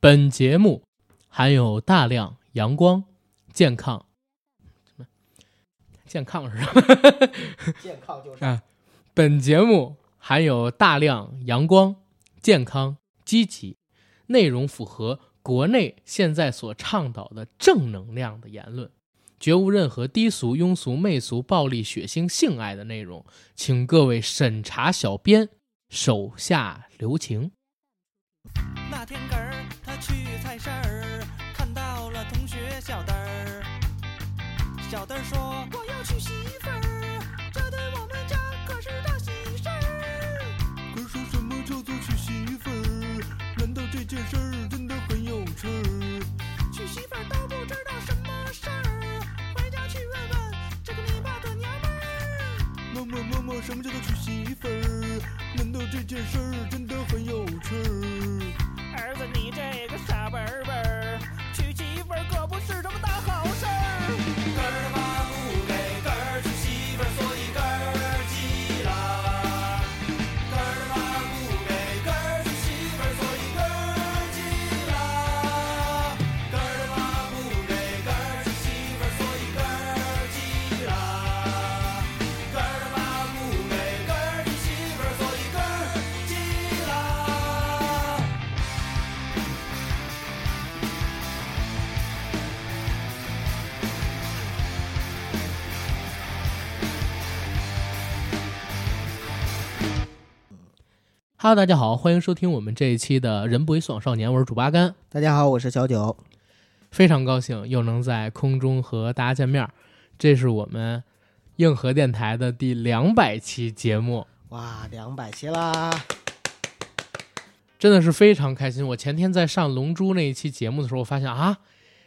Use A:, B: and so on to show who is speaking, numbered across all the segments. A: 本节目含有大量阳光、健康，什么健康是什么？
B: 健康就是
A: 啊，本节目含有大量阳光、健康、积极，内容符合国内现在所倡导的正能量的言论，绝无任何低俗、庸俗、媚俗、暴力、血腥、性爱的内容，请各位审查小编手下留情。
C: 那天根儿他去菜市儿，看到了同学小灯儿。小灯儿说：“我要娶媳妇儿，这对我们家可是大喜事儿。”可是什么叫做娶媳妇儿？难道这件事儿真的很有趣儿？娶媳妇儿都不知道什么事儿，回家去问问这个你爸的娘们儿。妈妈妈妈，什么叫做娶媳妇儿？难道这件事儿真的很有趣儿？儿子，你这个傻笨笨儿，娶媳妇儿可不是什么大好事儿。根儿妈不给根儿娶媳妇儿，所以根儿急了。根儿妈不给根儿娶媳妇儿，所以根儿急了。根儿妈不给根儿娶媳妇儿，所以根儿急了。根儿妈不给根儿娶媳妇儿，所以根儿急了。
A: Hello，大家好，欢迎收听我们这一期的《人不为所往少年》，我是主八甘，
B: 大家好，我是小九。
A: 非常高兴又能在空中和大家见面儿。这是我们硬核电台的第两百期节目，
B: 哇，两百期啦！
A: 真的是非常开心。我前天在上《龙珠》那一期节目的时候，我发现啊，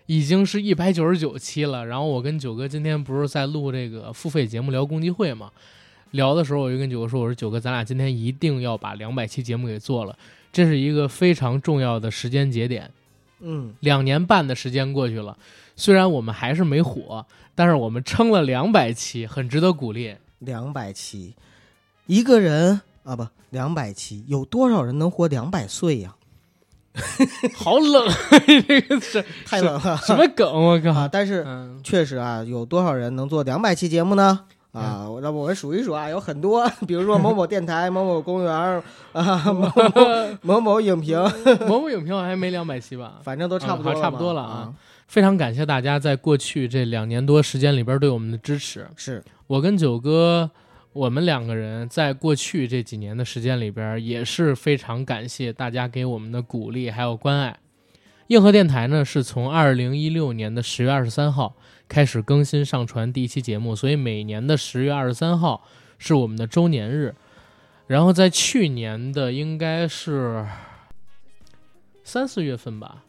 A: 已经是一百九十九期了。然后我跟九哥今天不是在录这个付费节目聊共济会嘛，聊的时候我就跟九哥说，我说九哥，咱俩今天一定要把两百期节目给做了，这是一个非常重要的时间节点。
B: 嗯，
A: 两年半的时间过去了，虽然我们还是没火，但是我们撑了两百期，很值得鼓励。
B: 两百期，一个人啊不，两百期，有多少人能活两百岁呀、
A: 好冷， 这个是
B: 太冷了
A: 什么梗？我
B: 啊！
A: 靠！
B: 但是、
A: 嗯，
B: 确实啊，有多少人能做两百期节目呢？啊，
A: 嗯
B: 我让我们数一数啊，有很多， 比如说某某电 台、某某公园儿啊、某某某某影评，
A: 某某影评好像还没两百期吧？
B: 反正都差不
A: 嗯
B: 多了
A: 好
B: 嘛、
A: 差不多了啊
B: 啊。
A: 非常感谢大家在过去这两年多时间里边对我们的支持。
B: 是，
A: 我跟九哥，我们两个人在过去这几年的时间里边，也是非常感谢大家给我们的鼓励还有关爱。硬核电台呢，是从二零一六年的十月二十三号开始更新上传第一期节目，所以每年的十月二十三号是我们的周年日。然后在去年的应该是三四月份吧，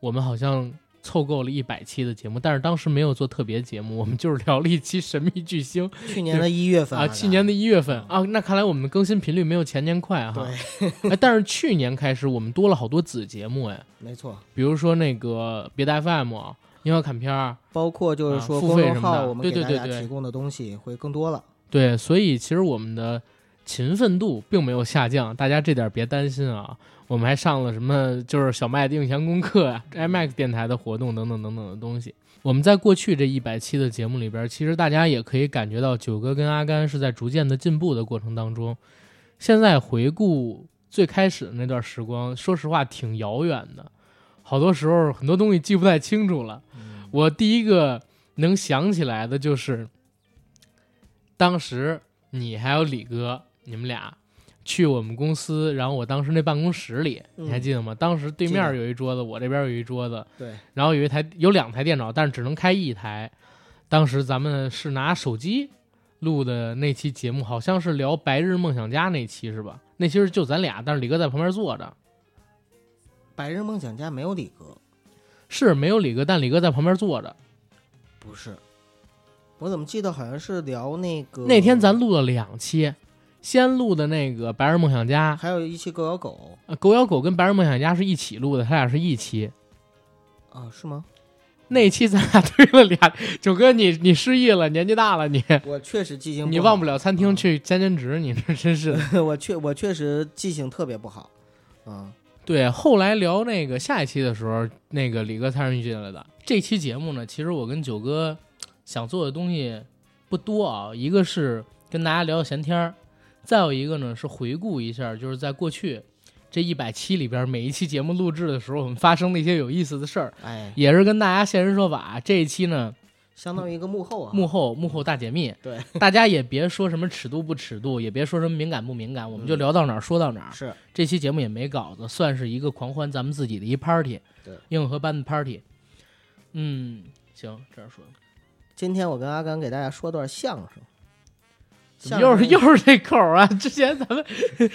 A: 我们好像凑够了一百期的节目，但是当时没有做特别节目，我们就是聊了一期《神秘巨星》，
B: 去年的一月份
A: 啊，去年的一月份啊，那看来我们的更新频率没有前年快哈。哎，但是去年开始我们多了好多子节目哎，
B: 没错，
A: 比如说那个别的啊 FM、银河看片儿，
B: 包括就
A: 啊
B: 是说
A: 付
B: 公
A: 费
B: 众
A: 什么
B: 号，
A: 的
B: 我们
A: 对
B: 给
A: 对
B: 大
A: 对
B: 家
A: 对
B: 提供的东西会更多了。
A: 对，所以其实我们的勤奋度并没有下降，大家这点别担心啊。我们还上了什么就是小麦的印象功课啊、IMAX 电台的活动等等等等的东西。我们在过去这一百期的节目里边，其实大家也可以感觉到九哥跟阿甘是在逐渐的进步的过程当中。现在回顾最开始的那段时光，说实话挺遥远的，好多时候很多东西记不太清楚了。
B: 嗯
A: 我第一个能想起来的就是，当时你还有李哥，你们俩去我们公司，然后我当时那办公室里，
B: 嗯
A: 你还记得吗？当时对
B: 记
A: 面
B: 得
A: 有一桌子，我这边有一桌子，
B: 对，
A: 然后有一台有两台电脑，但是只能开一台。当时咱们是拿手机录的那期节目，好像是聊《白日梦想家》那期是吧？那期是就咱俩，但是李哥在旁边坐着，
B: 白日梦想家没有李哥，
A: 是没有李哥，但李哥在旁边坐着。
B: 不是，我怎么记得好像是聊那个
A: 那天咱录了两期，先录的那个《白日梦想家》
B: 还有一期狗咬狗
A: 呃，狗咬狗跟《白日梦想家》是一起录的，他俩是一期。
B: 啊，是吗？
A: 那期咱俩推了俩，九哥你你失忆了，年纪大了你，
B: 我确实记性
A: 你忘不
B: 不
A: 了餐 厅去兼兼职，你这真是的。
B: 了，我确我确实记性特别不好，啊，
A: 对，后来聊那个下一期的时候，那个李哥参与进来的。这期节目呢，其实我跟九哥想做的东西不多啊，一个是跟大家聊聊闲天儿，再有一个呢是回顾一下，就是在过去这一百期里边，每一期节目录制的时候，我们发生的一些有意思的事儿，
B: 哎，
A: 也是跟大家现身说法。啊这一期呢，
B: 相当于一个幕后啊，
A: 幕后幕后大解密，
B: 对，
A: 大家也别说什么尺度不尺度，也别说什么敏感不敏感，我们就聊到哪儿说到哪儿。
B: 是
A: 这期节目也没稿子，算是一个狂欢咱们自己的一 party，
B: 对，
A: 硬核班的 party。嗯，行，这样说，
B: 今天我跟阿甘给大家说段相声，
A: 怎么
B: 相
A: 又
B: 声
A: 是又是这口儿啊！之前咱们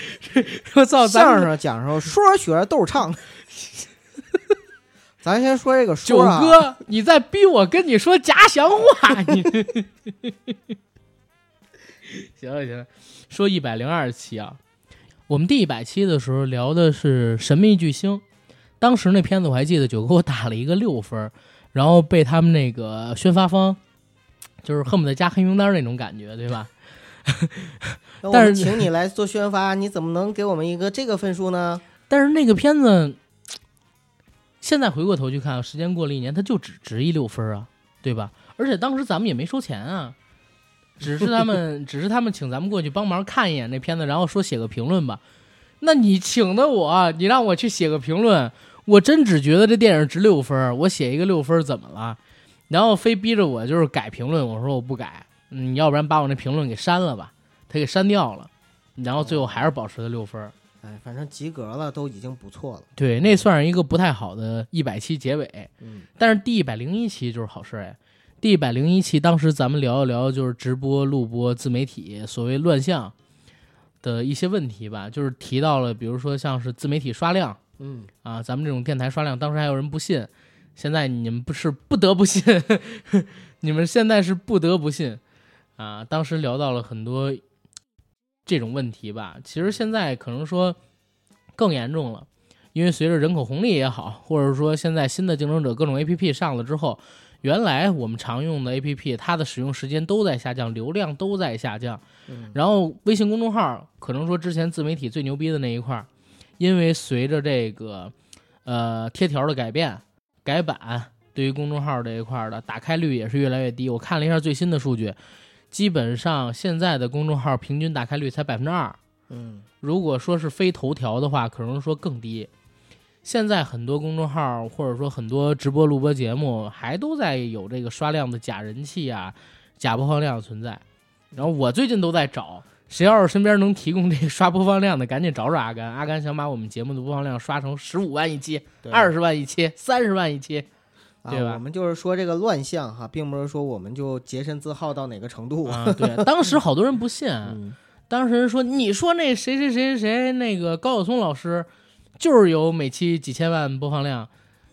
A: 我操，咱
B: 相
A: 们
B: 声讲授说学逗唱。 咱先说这个
A: 九
B: 说啊，
A: 哥，你在逼我跟你说假想话，你行了行了，说一百零二期啊，我们第一百期的时候聊的是《神秘巨星》，当时那片子我还记得，九哥给我打了一个六分儿，然后被他们那个宣发方。就是恨不得加黑名单那种感觉，对吧？
B: 那我
A: 但
B: 们
A: 是
B: 请你来做宣发，你怎么能给我们一个这个分数呢？
A: 但是那个片子，现在回过头去看，时间过了一年，它就只值一六分儿啊，对吧？而且当时咱们也没收钱啊，只是他们只是他们请咱们过去帮忙看一眼那片子，然后说写个评论吧。那你请的我，你让我去写个评论，我真只觉得这电影值六分儿，我写一个六分儿怎么了？然后非逼着我就是改评论，我说我不改，嗯，要不然把我那评论给删了吧，他给删掉了，然后最后还是保持的六分儿。
B: 哎，反正及格了都已经不错了。
A: 对，那算是一个不太好的一百期结尾，
B: 嗯，
A: 但是第一百零一期就是好事哎。第一百零一期，当时咱们聊一聊就是直播、录播、自媒体所谓乱象的一些问题吧，就是提到了，比如说像是自媒体刷量
B: 嗯，
A: 啊，咱们这种电台刷量，当时还有人不信，现在你们不是不得不信， 你们现在是不得不信啊。当时聊到了很多这种问题吧，其实现在可能说更严重了，因为随着人口红利也好，或者说现在新的竞争者各种 APP 上了之后，原来我们常用的 APP 它的使用时间都在下降，流量都在下降。
B: 嗯
A: 然后微信公众号可能说之前自媒体最牛逼的那一块儿，因为随着这个呃贴条的改变、改版，对于公众号这一块儿的打开率也是越来越低。我看了一下最新的数据，基本上现在的公众号平均打开率才百分之二。
B: 嗯，
A: 如果说是非头条的话，可能说更低。现在很多公众号或者说很多直播录播节目还都在有这个刷量的假人气啊、假播放量的存在。然后我最近都在找，谁要是身边能提供这个刷播放量的，赶紧找找阿甘。阿甘想把我们节目的播放量刷成十五万一期、
B: 对
A: 二十万一期、三十万一期。
B: 啊
A: 对吧
B: 我们就是说这个乱象哈，并不是说我们就洁身自好到哪个程度。
A: 啊，对，当时好多人不信，啊
B: 嗯，
A: 当时人说你说那谁谁谁谁谁那个高晓松老师，就是有每期几千万播放量，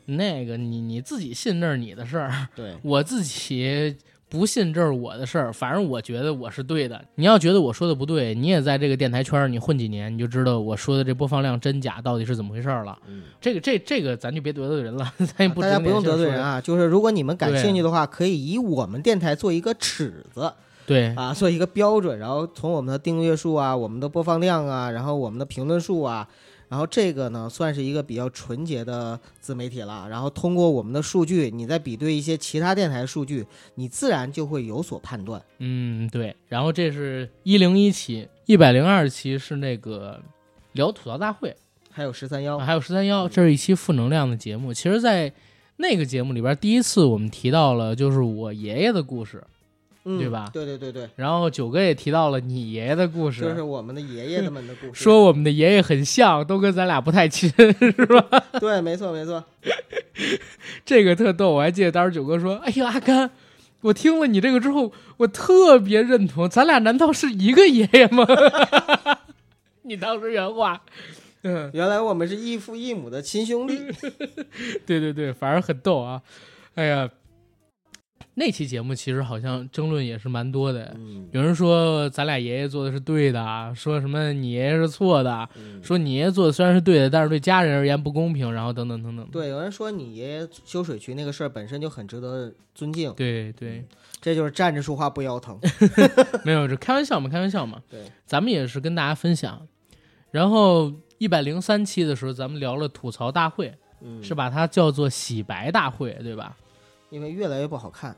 A: 那个你你自己信这是你的事儿，
B: 对，
A: 我自己不信这是我的事儿，反正我觉得我是对的。你要觉得我说的不对，你也在这个电台圈儿你混几年，你就知道我说的这播放量真假到底是怎么回事儿了。
B: 嗯
A: 这个这这个咱就别得罪人了，咱也不
B: 大家
A: 整
B: 不
A: 点
B: 用
A: 事儿
B: 得罪
A: 说
B: 人啊，就是如果你们感
A: 对
B: 兴趣的话，可以以我们电台做一个尺子，
A: 对
B: 啊，做一个标准，然后从我们的订阅数啊、我们的播放量啊，然后我们的评论数啊，然后这个呢算是一个比较纯洁的自媒体了。然后通过我们的数据，你再比对一些其他电台数据，你自然就会有所判断。
A: 嗯，对。然后这是一零一期，一百零二期是那个聊吐槽大会，
B: 还有十三
A: 啊
B: 幺，
A: 还有十三幺，这是一期负能量的节目。其实，在那个节目里边，第一次我们提到了就是我爷爷的故事，
B: 嗯，
A: 对吧
B: 对对对对，
A: 然后九哥也提到了你爷爷的故事，
B: 这是我们的爷爷他们的故事。
A: 说我们的爷爷很像，都跟咱俩不太亲， 是吧？
B: 对，没错没错，
A: 这个特逗，我还记得当时九哥说：“哎呀，阿甘，我听了你这个之后，我特别认同，咱俩难道是一个爷爷吗？” 你当时原话，嗯，
B: 原来我们是异父异母的亲兄弟。
A: 对对对，反正很逗啊。哎呀，那期节目其实好像争论也是蛮多的，
B: 嗯
A: 有人说咱俩爷爷做的是对的啊，说什么你爷爷是错的，
B: 嗯
A: 说你爷爷做的虽然是对的，但是对家人而言不公平，然后等等等等。
B: 对，有人说你爷爷修水渠那个事儿本身就很值得尊敬，
A: 对对，
B: 这就是站着说话不 腰疼。
A: 没有，这开玩笑嘛，开玩笑嘛。
B: 嗯对，
A: 咱们也是跟大家分享。然后一百零三期的时候，咱们聊了吐槽大会，
B: 嗯，
A: 是？把它叫做洗白大会，对吧？
B: 因为越来越不好看。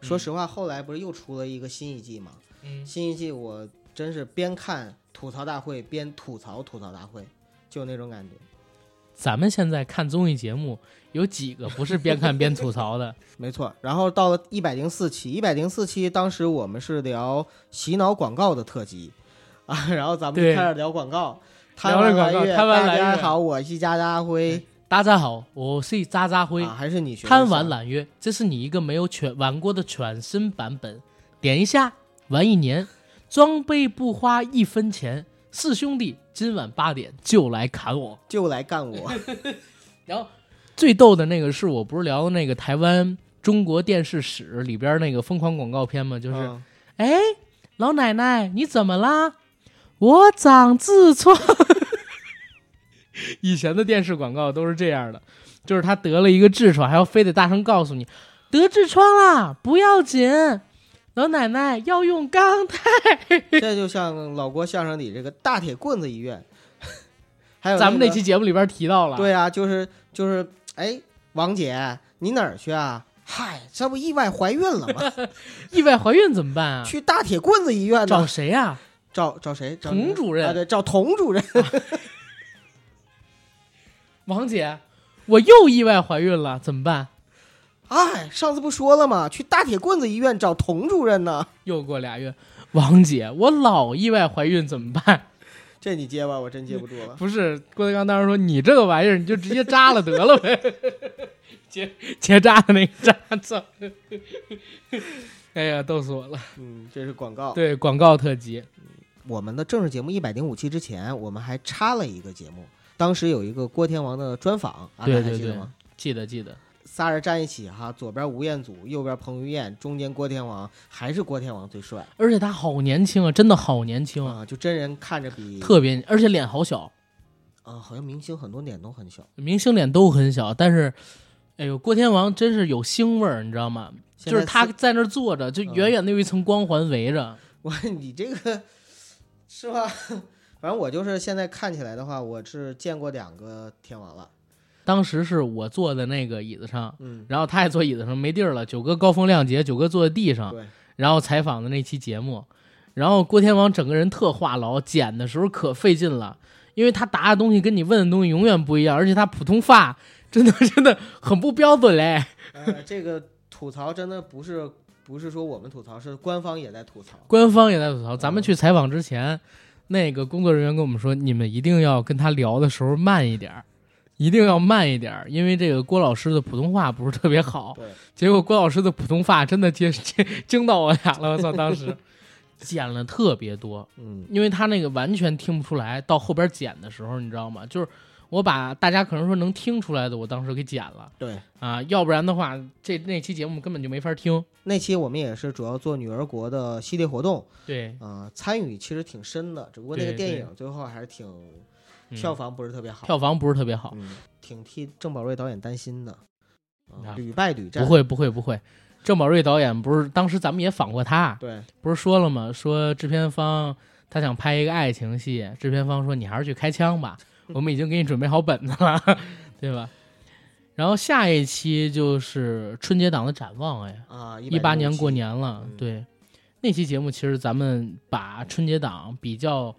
B: 说实话，后来不是又出了一个新一季嘛？
A: 嗯，
B: 新一季我真是边看吐槽大会边吐槽吐槽大会，就那种感觉。
A: 咱们现在看综艺节目，有几个不是边看边吐槽的？
B: 没错，然后到了一百零四期，一百零四期当时我们是聊洗脑广告的特辑啊， 然后咱们
A: 对
B: 就开始聊广告。贪
A: 聊了
B: 玩
A: 广告
B: 蓝月
A: 贪玩
B: 大
A: 蓝
B: 家
A: 月
B: 好，我是渣渣辉
A: 大家好，我是渣渣辉，
B: 啊，还是你学的
A: 贪玩
B: 像
A: 揽月，这是你一个没有全玩过的全新版本，点一下玩一年，装备不花一分钱，四兄弟今晚八点就来砍我。
B: 就来干我，
A: 然后最逗的那个是我不是聊那个台湾中国电视史里边那个疯狂广告片吗？ 就是、
B: 嗯
A: 哎，老奶奶你怎么啦？我长痔疮。 以前的电视广告都是这样的，就是他得了一个痔疮，还要非得大声告诉你得痔疮啦，不要紧，老奶奶要用钢带。
B: 这就像老郭相声里这个大铁棍子医院， 还有、
A: 咱们
B: 那
A: 那
B: 个
A: 期节目里边提到了，
B: 对啊，就是就是，哎，王姐你哪儿去啊？嗨，这不意外怀孕了 吗？
A: 意外怀孕怎么办啊？
B: 去大铁棍子医院
A: 找
B: 呢？
A: 谁啊呀、
B: 找找谁？找
A: 童主任
B: 啊，对，找童主任。
A: 王姐，我又意外怀孕了，怎么办？
B: 哎，上次不说了吗？去大铁棍子医院找童主任呢。
A: 又过俩月，王姐，我老意外怀孕怎么办？
B: 这你接吧，我真接不住了。
A: 不是郭德纲当时说你这个玩意儿你就直接扎了得了呗， 结结扎的那个扎操， 哎呀，逗死我了。
B: 嗯，这是广告。
A: 对，广告特辑，
B: 我们的正式节目一百零五期之前，我们还插了一个节目，当时有一个郭天王的专访啊，
A: 对
B: 大家还
A: 对
B: 记得
A: 对
B: 吗？
A: 记得记得，
B: 仨人站一起哈，左边吴彦祖，右边彭于晏，中间郭天王，还是郭天王最帅
A: 而且他好年轻啊，真的好年轻啊，
B: 啊！就真人看着比
A: 特别，而且脸好小，
B: 啊，好像明星很多脸都很小。
A: 明星脸都很小，但是，哎呦，郭天王真是有腥味儿，你知道吗？
B: 现
A: 就
B: 在嗯
A: 是他
B: 四，
A: 在那儿坐着，就远远的有一层光环围着。
B: 我你这个是吧？ 反正我就是现在看起来的话，我是见过两个天王了。
A: 当时是我坐在那个椅子上，
B: 嗯，
A: 然后他也坐椅子上，没地儿了。九哥高风亮节，九哥坐在地上，
B: 嗯对，
A: 然后采访的那期节目，然后郭天王整个人特话痨，剪的时候可费劲了，因为他答的东西跟你问的东西永远不一样，而且他普通话真的真的很不标准嘞。
B: 呃，这个吐槽真的不是不是说我们吐槽，是官方也在吐槽。
A: 官方也在吐槽，咱们去采访之前，那个工作人员跟我们说，你们一定要跟他聊的时候慢一点儿，一定要慢一点儿，因为这个郭老师的普通话不是特别 好。
B: 对，
A: 结果郭老师的普通话真的接接惊到我俩了，我操！当时 剪了特别多，
B: 嗯，
A: 因为他那个完全听不出来，到后边剪的时候，你知道吗？就是我把大家可能说能听出来的，我当时给剪了
B: 对，
A: 啊，要不然的话，这那期节目根本就没法听。
B: 那期我们也是主要做女儿国的系列活动，
A: 对，
B: 啊、参与其实挺深的，只不过那个
A: 对
B: 电
A: 对
B: 影最后还是挺
A: 嗯
B: 票房不是特别好，
A: 票房不是特别好，
B: 嗯，挺替郑宝瑞导演担心的，
A: 啊
B: 啊，屡败屡战。
A: 不，会不会不会。郑宝瑞导演不是当时咱们也访过他，
B: 对，
A: 不是说了吗？说制片方他想拍一个爱情戏，制片方说你还是去开枪 吧，我们已经给你准备好本子了， 对吧？然后下一期就是春节档的展望，哎，
B: 啊，
A: 一八年过年了，
B: 嗯
A: 对，那期节目其实咱们把春节档比较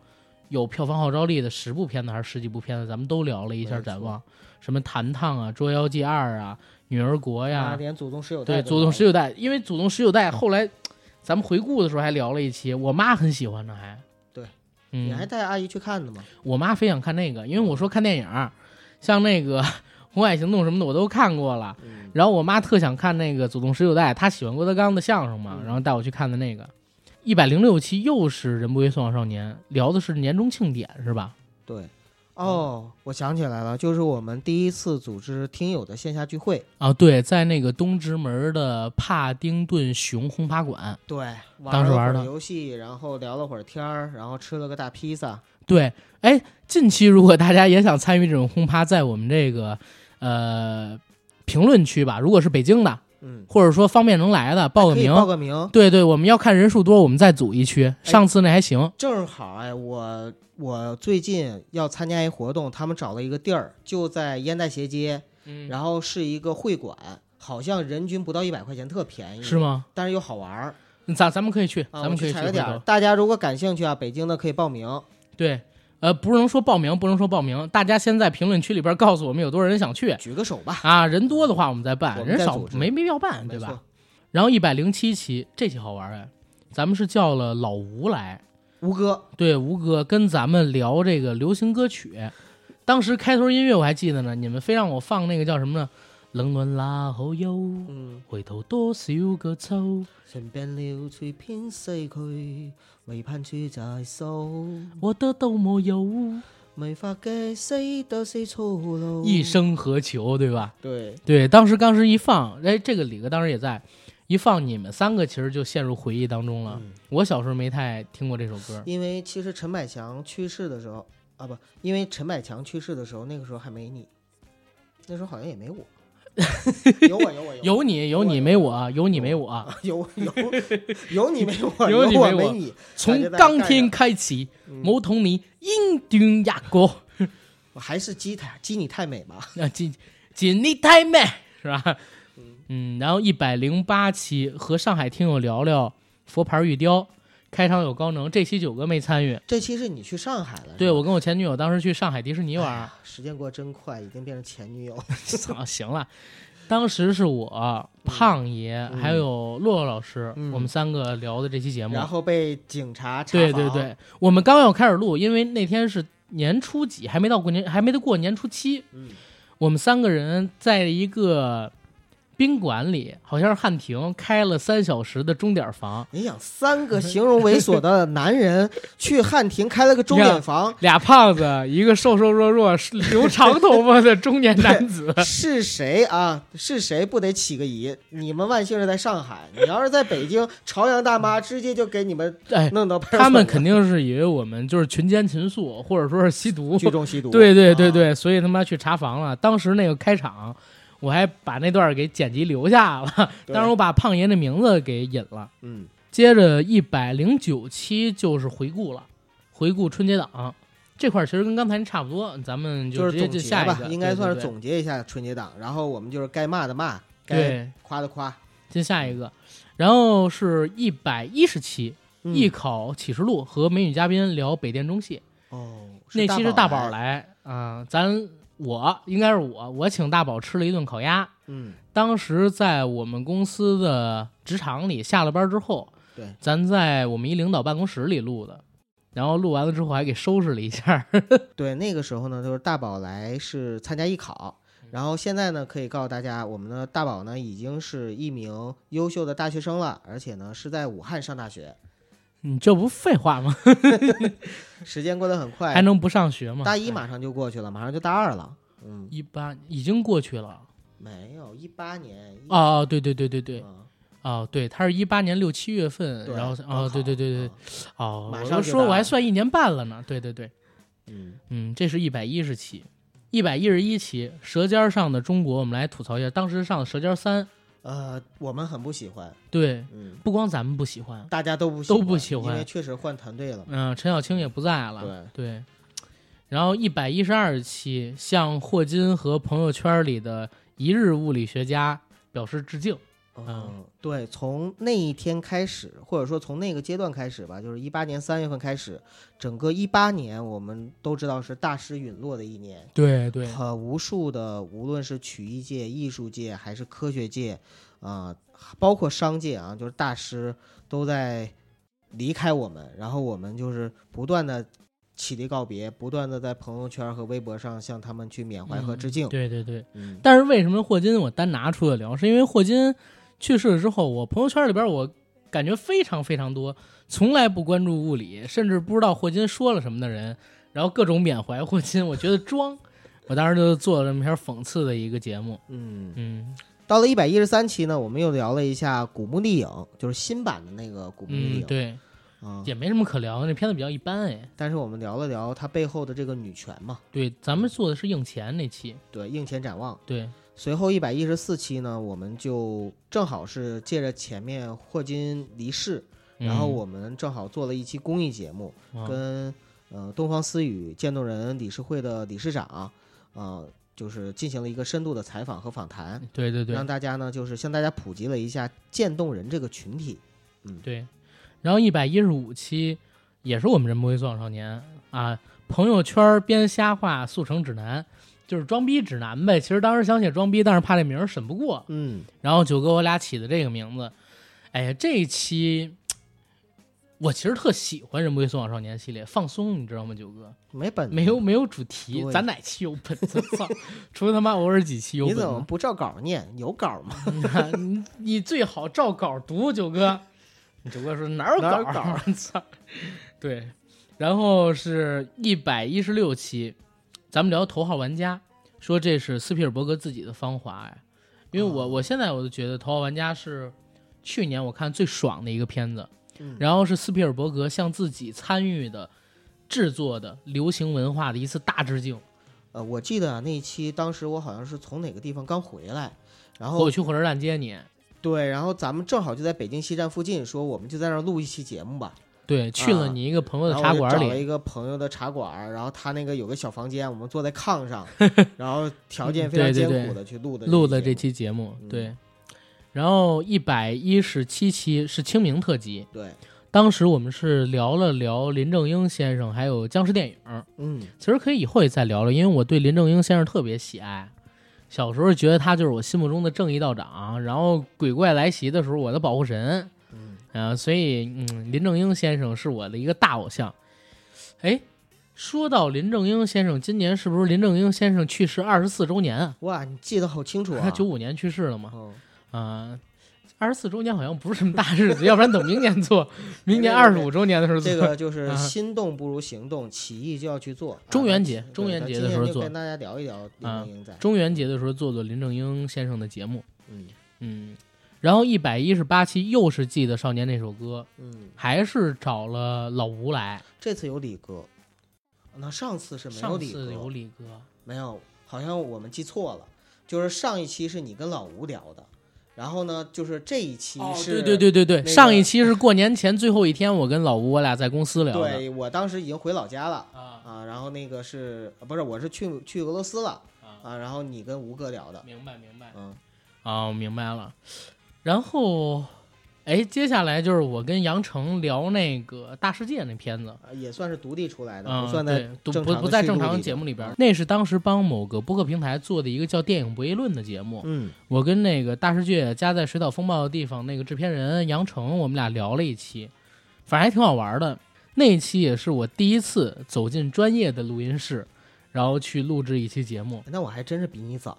A: 有票房号召力的十部片子还是十几部片子，咱们都聊了一下
B: 没错
A: 展望，什么《谭唐》啊，《捉妖记二》啊，《女儿国》
B: 呀、
A: 呀，
B: 连祖宗十九
A: 对，
B: 代都
A: 《祖宗十九代》，因为《祖宗十九代》后来咱们回顾的时候还聊了一期，我妈很喜欢呢，还
B: 对，
A: 嗯，
B: 你还嗯带阿姨去看的吗？
A: 我妈非想看那个，因为我说看电影儿，像那个《红海行动》什么的我都看过了。
B: 嗯，
A: 然后我妈特想看那个《祖宗十九代》，她喜欢郭德纲的相声嘛，
B: 嗯
A: 然后带我去看的那个。一百零六期又是《人不为送往少年》，聊的是年终庆典是吧？
B: 对。哦，我想起来了，就是我们第一次组织听友的线下聚会，
A: 啊，对，在那个东直门的帕丁顿熊轰趴馆，
B: 对，
A: 当
B: 玩
A: 时
B: 了会
A: 玩
B: 儿
A: 的
B: 游戏，然后聊了会儿天儿，然后吃了个大披萨，
A: 对，哎，近期如果大家也想参与这种轰趴，在我们这个呃评论区吧，如果是北京的，
B: 嗯，
A: 或者说方便能来的报个
B: 哎可以
A: 名。
B: 报个哎名。
A: 对对，我们要看人数多，我们再组一区。上次那还行，
B: 正好哎，我我最近要参加一活动，他们找了一个地儿，就在烟袋斜街，
A: 嗯，
B: 然后是一个会馆，好像人均不到一百块钱，特便宜，
A: 是？吗？
B: 但是又好玩儿
A: 咱咱们可以去，
B: 嗯啊，
A: 咱
B: 我
A: 们可以去
B: 去踩个
A: 回
B: 点儿。
A: 头。嗯
B: 大家如果感兴趣啊，北京的可以报名。
A: 对，呃，不能说报名，不能说报名，大家先在评论区里边告诉我们有多少人想去
B: 举个手吧，
A: 啊。人多的话我们再
B: 我
A: 办，
B: 们
A: 人
B: 再
A: 少
B: 组织
A: 没没必要办，
B: 没
A: 对吧
B: 错？。
A: 然后一百零七期，这期好玩哎，咱们是叫了老吴来，
B: 吴哥，
A: 对吴哥跟咱们聊这个流行歌曲。当时开头音乐我还记得呢，你们非让我放那个叫什么呢？冷暖那好友，
B: 嗯，
A: 回头多少个秋，
B: 唇边了，隨便逝去，未盼處在數，
A: 我的都没有，
B: 未發嘅西得西粗魯。
A: 一生何求，对吧？
B: 对，
A: 对，当时当时一放，哎，这个李哥当时也在，一放你们三个其实就陷入回忆当中了。
B: 嗯
A: 我小时候没太听过这首 歌，
B: 因为其实陈百强去世的时候啊，不，因为陈百强去世的时候，那个时候还没你，那时候好像也 没我，有我有我有
A: 有你有你没我，有你没我，
B: 有有 有你没我，
A: 有你
B: 我
A: 没我
B: 没你，
A: 从当天开始，
B: 嗯
A: 我同你英俊啊压过。
B: 我还是鸡太鸡你太美吧，
A: 那锦锦你太美是吧？嗯，然后一百零八期和上海听友聊聊佛牌玉雕，开场有高能，这期九哥没参与。
B: 这期是你去上海了，
A: 对我跟我前女友当时去上海迪士尼
B: 你
A: 玩，
B: 时间过得真快，已经变成前女友了，
A: 操，啊行了。当时是我胖爷、
B: 嗯
A: 还有洛洛老师、
B: 嗯
A: 我们三个聊的这期节目。
B: 然后被警察查
A: 对
B: 房
A: 对，对，我们刚要开始录，因为那天是年初几，还没到过年，还没得过年初七。
B: 嗯，
A: 我们三个人在一个宾馆里，好像是汉庭开了三小时的钟点房，
B: 你想三个形容猥琐的男人去汉庭开了个钟点房，。
A: 俩胖子，一个瘦瘦弱弱、留长头发的中年男子
B: 是谁啊？是谁不得起个疑？你们万幸是在上海，你要是在北京，朝阳大妈直接就给 你们
A: 哎，
B: 弄到派出所了
A: 他们肯定是以为我们就是群奸禽宿，或者说是吸毒。
B: 聚众吸毒。
A: 对对对
B: 啊，
A: 对，所以他妈去查房了。当时那个开场，我还把那段给剪辑留下了。
B: 对
A: 当时我把胖爷那名字给引了。
B: 嗯，
A: 接着一百零九期就是回顾了，回顾春节档这块，其实跟刚才差不多，咱们
B: 就是
A: 直接
B: 总
A: 就
B: 结
A: 下一
B: 吧
A: 个，，
B: 应该算是
A: 对对
B: 总结一下春节档。然后我们就是该骂的骂，
A: 对
B: 该
A: 对，
B: 夸的夸。
A: 进下一个，然后是一百一十期《
B: 嗯
A: 艺考启示录》和美女嘉宾聊北电中戏，
B: 哦，
A: 那期是大宝
B: 宝来，
A: 来啊、咱我应该是我，我请大宝吃了一顿烤鸭，
B: 嗯，
A: 当时在我们公司的职场里，下了班之后，
B: 对
A: 咱在我们一领导办公室里录的，然后录完了之后还给收拾了一下。
B: 对，那个时候呢，就是大宝来是参加艺考，
A: 嗯
B: 然后现在呢，可以告诉大家，我们的大宝呢已经是一名优秀的大学生了，而且呢是在武汉上大学。
A: 你这不废话吗？
B: 时间过得很快，
A: 还能不上学吗？
B: 哎
A: 哎
B: 大一马上就过去了，马上就大二了。嗯，
A: 一八已经过去了。
B: 没有，一八年。
A: 哦哦，对对对对对，
B: 嗯
A: 哦对，他是一八年六七月份，
B: 对，
A: 然后
B: 高
A: 哦对
B: 考
A: 对对对，，哦，
B: 马
A: 我
B: 上就
A: 说
B: 大
A: 我还
B: 了
A: 算一年半了呢。对对对，
B: 嗯，
A: 嗯，这是一百一十期，一百一十一期《舌尖上的中国》，我们来吐槽一下，当时上的《舌尖三》，
B: 呃，我们很不喜欢，
A: 对，
B: 嗯，
A: 不光咱们不喜欢，
B: 大家都不
A: 都不喜欢
B: 因为确实换团队了呃嘛。
A: 嗯、陈小青也不在了，对。然后一百一十二期向霍金和朋友圈里的一日物理学家表示致敬。
B: 嗯，对，从那一天开始，或者说从那个阶段开始吧，就是一八年三月份开始，整个一八年我们都知道是大师陨落的一年，
A: 对对
B: 呃，无数的无论是曲艺界、艺术界还是科学界，啊、包括商界啊，就是大师都在离开我们，然后我们就是不断的起立告别，不断的在朋友圈和微博上向他们去缅怀和致敬。
A: 对对对。
B: 嗯，
A: 但是为什么霍金我单拿出来聊？是因为霍金去世了之后，我朋友圈里边我感觉非常非常多，从来不关注物理，甚至不知道霍金说了什么的人，然后各种缅怀霍金，我觉得装。我当时就做了这么一篇讽刺的一个节目，
B: 嗯，
A: 嗯
B: 到了一百一十三期呢，我们又聊了一下《古墓丽影》，就是新版的那个《古墓丽
A: 嗯
B: 影，》
A: 对，
B: 啊、
A: 也没什么可聊的，那片子比较一般哎。
B: 但是我们聊了聊它背后的这个女权嘛，
A: 对，咱们做的是硬钱那期，
B: 对，硬钱展望。
A: 对，
B: 随后一百一十四期呢，我们就正好是借着前面霍金离世，然后我们正好做了一期公益节目，
A: 嗯
B: 跟呃东方思雨渐冻人理事会的理事长，呃，就是进行了一个深度的采访和访谈，
A: 对对嗯对
B: 让大家呢就是向大家普及了一下渐冻人这个群体。
A: 对，然后一百一十五期也是我们人不为所往少年啊，朋友圈编瞎话速成指南，就是装逼指南呗。其实当时想写装逼，但是怕这名儿审不过，
B: 嗯
A: 然后九哥我俩起的这个名字，哎呀，这一期我其实特喜欢《人不为所往少年》系列，放松，你知道吗？九哥
B: 没本子
A: 没有没有主题，
B: 对
A: 咱哪期有本子？ 操，除了他妈偶尔几期有
B: 你
A: 本
B: 怎么
A: 子，
B: 不照稿念？有稿吗？
A: 你你最好照稿读，九哥。九哥说哪有稿
B: 哪
A: 儿？
B: 有稿 儿
A: 操，对。然后是一百一十六期，咱们聊头号玩家，说这是斯皮尔伯格自己的芳华呀。因为我、
B: 哦
A: 我现在我就觉得头号玩家是去年我看最爽的一个片子，
B: 嗯
A: 然后是斯皮尔伯格向自己参与的制作的流行文化的一次大致敬。
B: 呃，我记得啊，那一期当时我好像是从哪个地方刚回来，然后
A: 我去火车站接你。
B: 对，然后咱们正好就在北京西站附近，说我们就在那儿录一期节目吧。
A: 对，去了
B: 啊
A: 你一个朋友
B: 然
A: 的
B: 后
A: 茶
B: 我就
A: 馆
B: 找
A: 里，
B: 了一个朋友的茶馆儿，然后他那个有个小房间，我们坐在炕 上，然后条件非
A: 对对
B: 常艰
A: 对
B: 苦的去录的
A: 录
B: 的
A: 的这期节目，
B: 嗯
A: 对。然后一百一十七期是清明特辑，
B: 对，
A: 当时我们是聊了聊林正英先生，还有僵尸电影。
B: 嗯
A: 其实可以以后也再聊聊，因为我对林正英先生特别喜爱。小时候觉得他就是我心目中的正义道长，然后鬼怪来袭的时候我的保护神，
B: 嗯，
A: 啊，所以嗯，林正英先生是我的一个大偶像。哎，说到林正英先生，今年是不是林正英先生去世二十四周年啊？
B: 哇，你记得好清楚啊
A: 他！九五年去世了嘛？
B: 哦
A: 啊，二十四周年好像不是什么大 日子，要不然等明年做，明年二十五周年的时候做。
B: 这个就是
A: 啊
B: 心动不如行动，起义就要去做。啊
A: 中元节
B: 咱
A: 中
B: 对
A: 元
B: 咱
A: 节
B: 今
A: 的时
B: 天
A: 候
B: 就
A: 做
B: 跟大家聊一聊林
A: 啊
B: 正英在。
A: 中元节的时候做做林正英先生的节目，
B: 嗯
A: 嗯，然后一百一十八期又是记得少年那首歌，
B: 嗯，
A: 还是找了老吴来，
B: 这次有李哥，那上次是没有
A: 上
B: 李哥
A: 次，有李哥，
B: 没有，好像我们记错了，就是上一期是你跟老吴聊的，然后呢，就是这一期是、
A: 哦对对对对对，
B: 那个
A: 上一期是过年前最后一天，我跟老吴我俩在公司聊的，
B: 对我当时已经回老家了
A: 啊，
B: 啊，然后那个是呃不是我是去去俄罗斯了啊，然后你跟吴哥聊的，
A: 明白明白
B: 嗯
A: 啊，我明白了。然后，哎，接下来就是我跟杨成聊那个大世界那片子，
B: 啊也算是独立出来的，
A: 嗯，
B: 不算在
A: 对，都
B: 正
A: 不
B: 常
A: 不
B: 的
A: 在
B: 叙
A: 正
B: 述
A: 常
B: 里嗯
A: 节
B: 边
A: 目里边儿，那是当时帮某个播客平台做的一个叫《电影博弈论》的节目，
B: 嗯
A: 我跟那个大世界加在水岛风暴的地方那个制片人杨成，我们俩聊了一期，反正还挺好玩的。那一期也是我第一次走进专业的录音室，然后去录制一期节目。
B: 哎那我还真是比你早。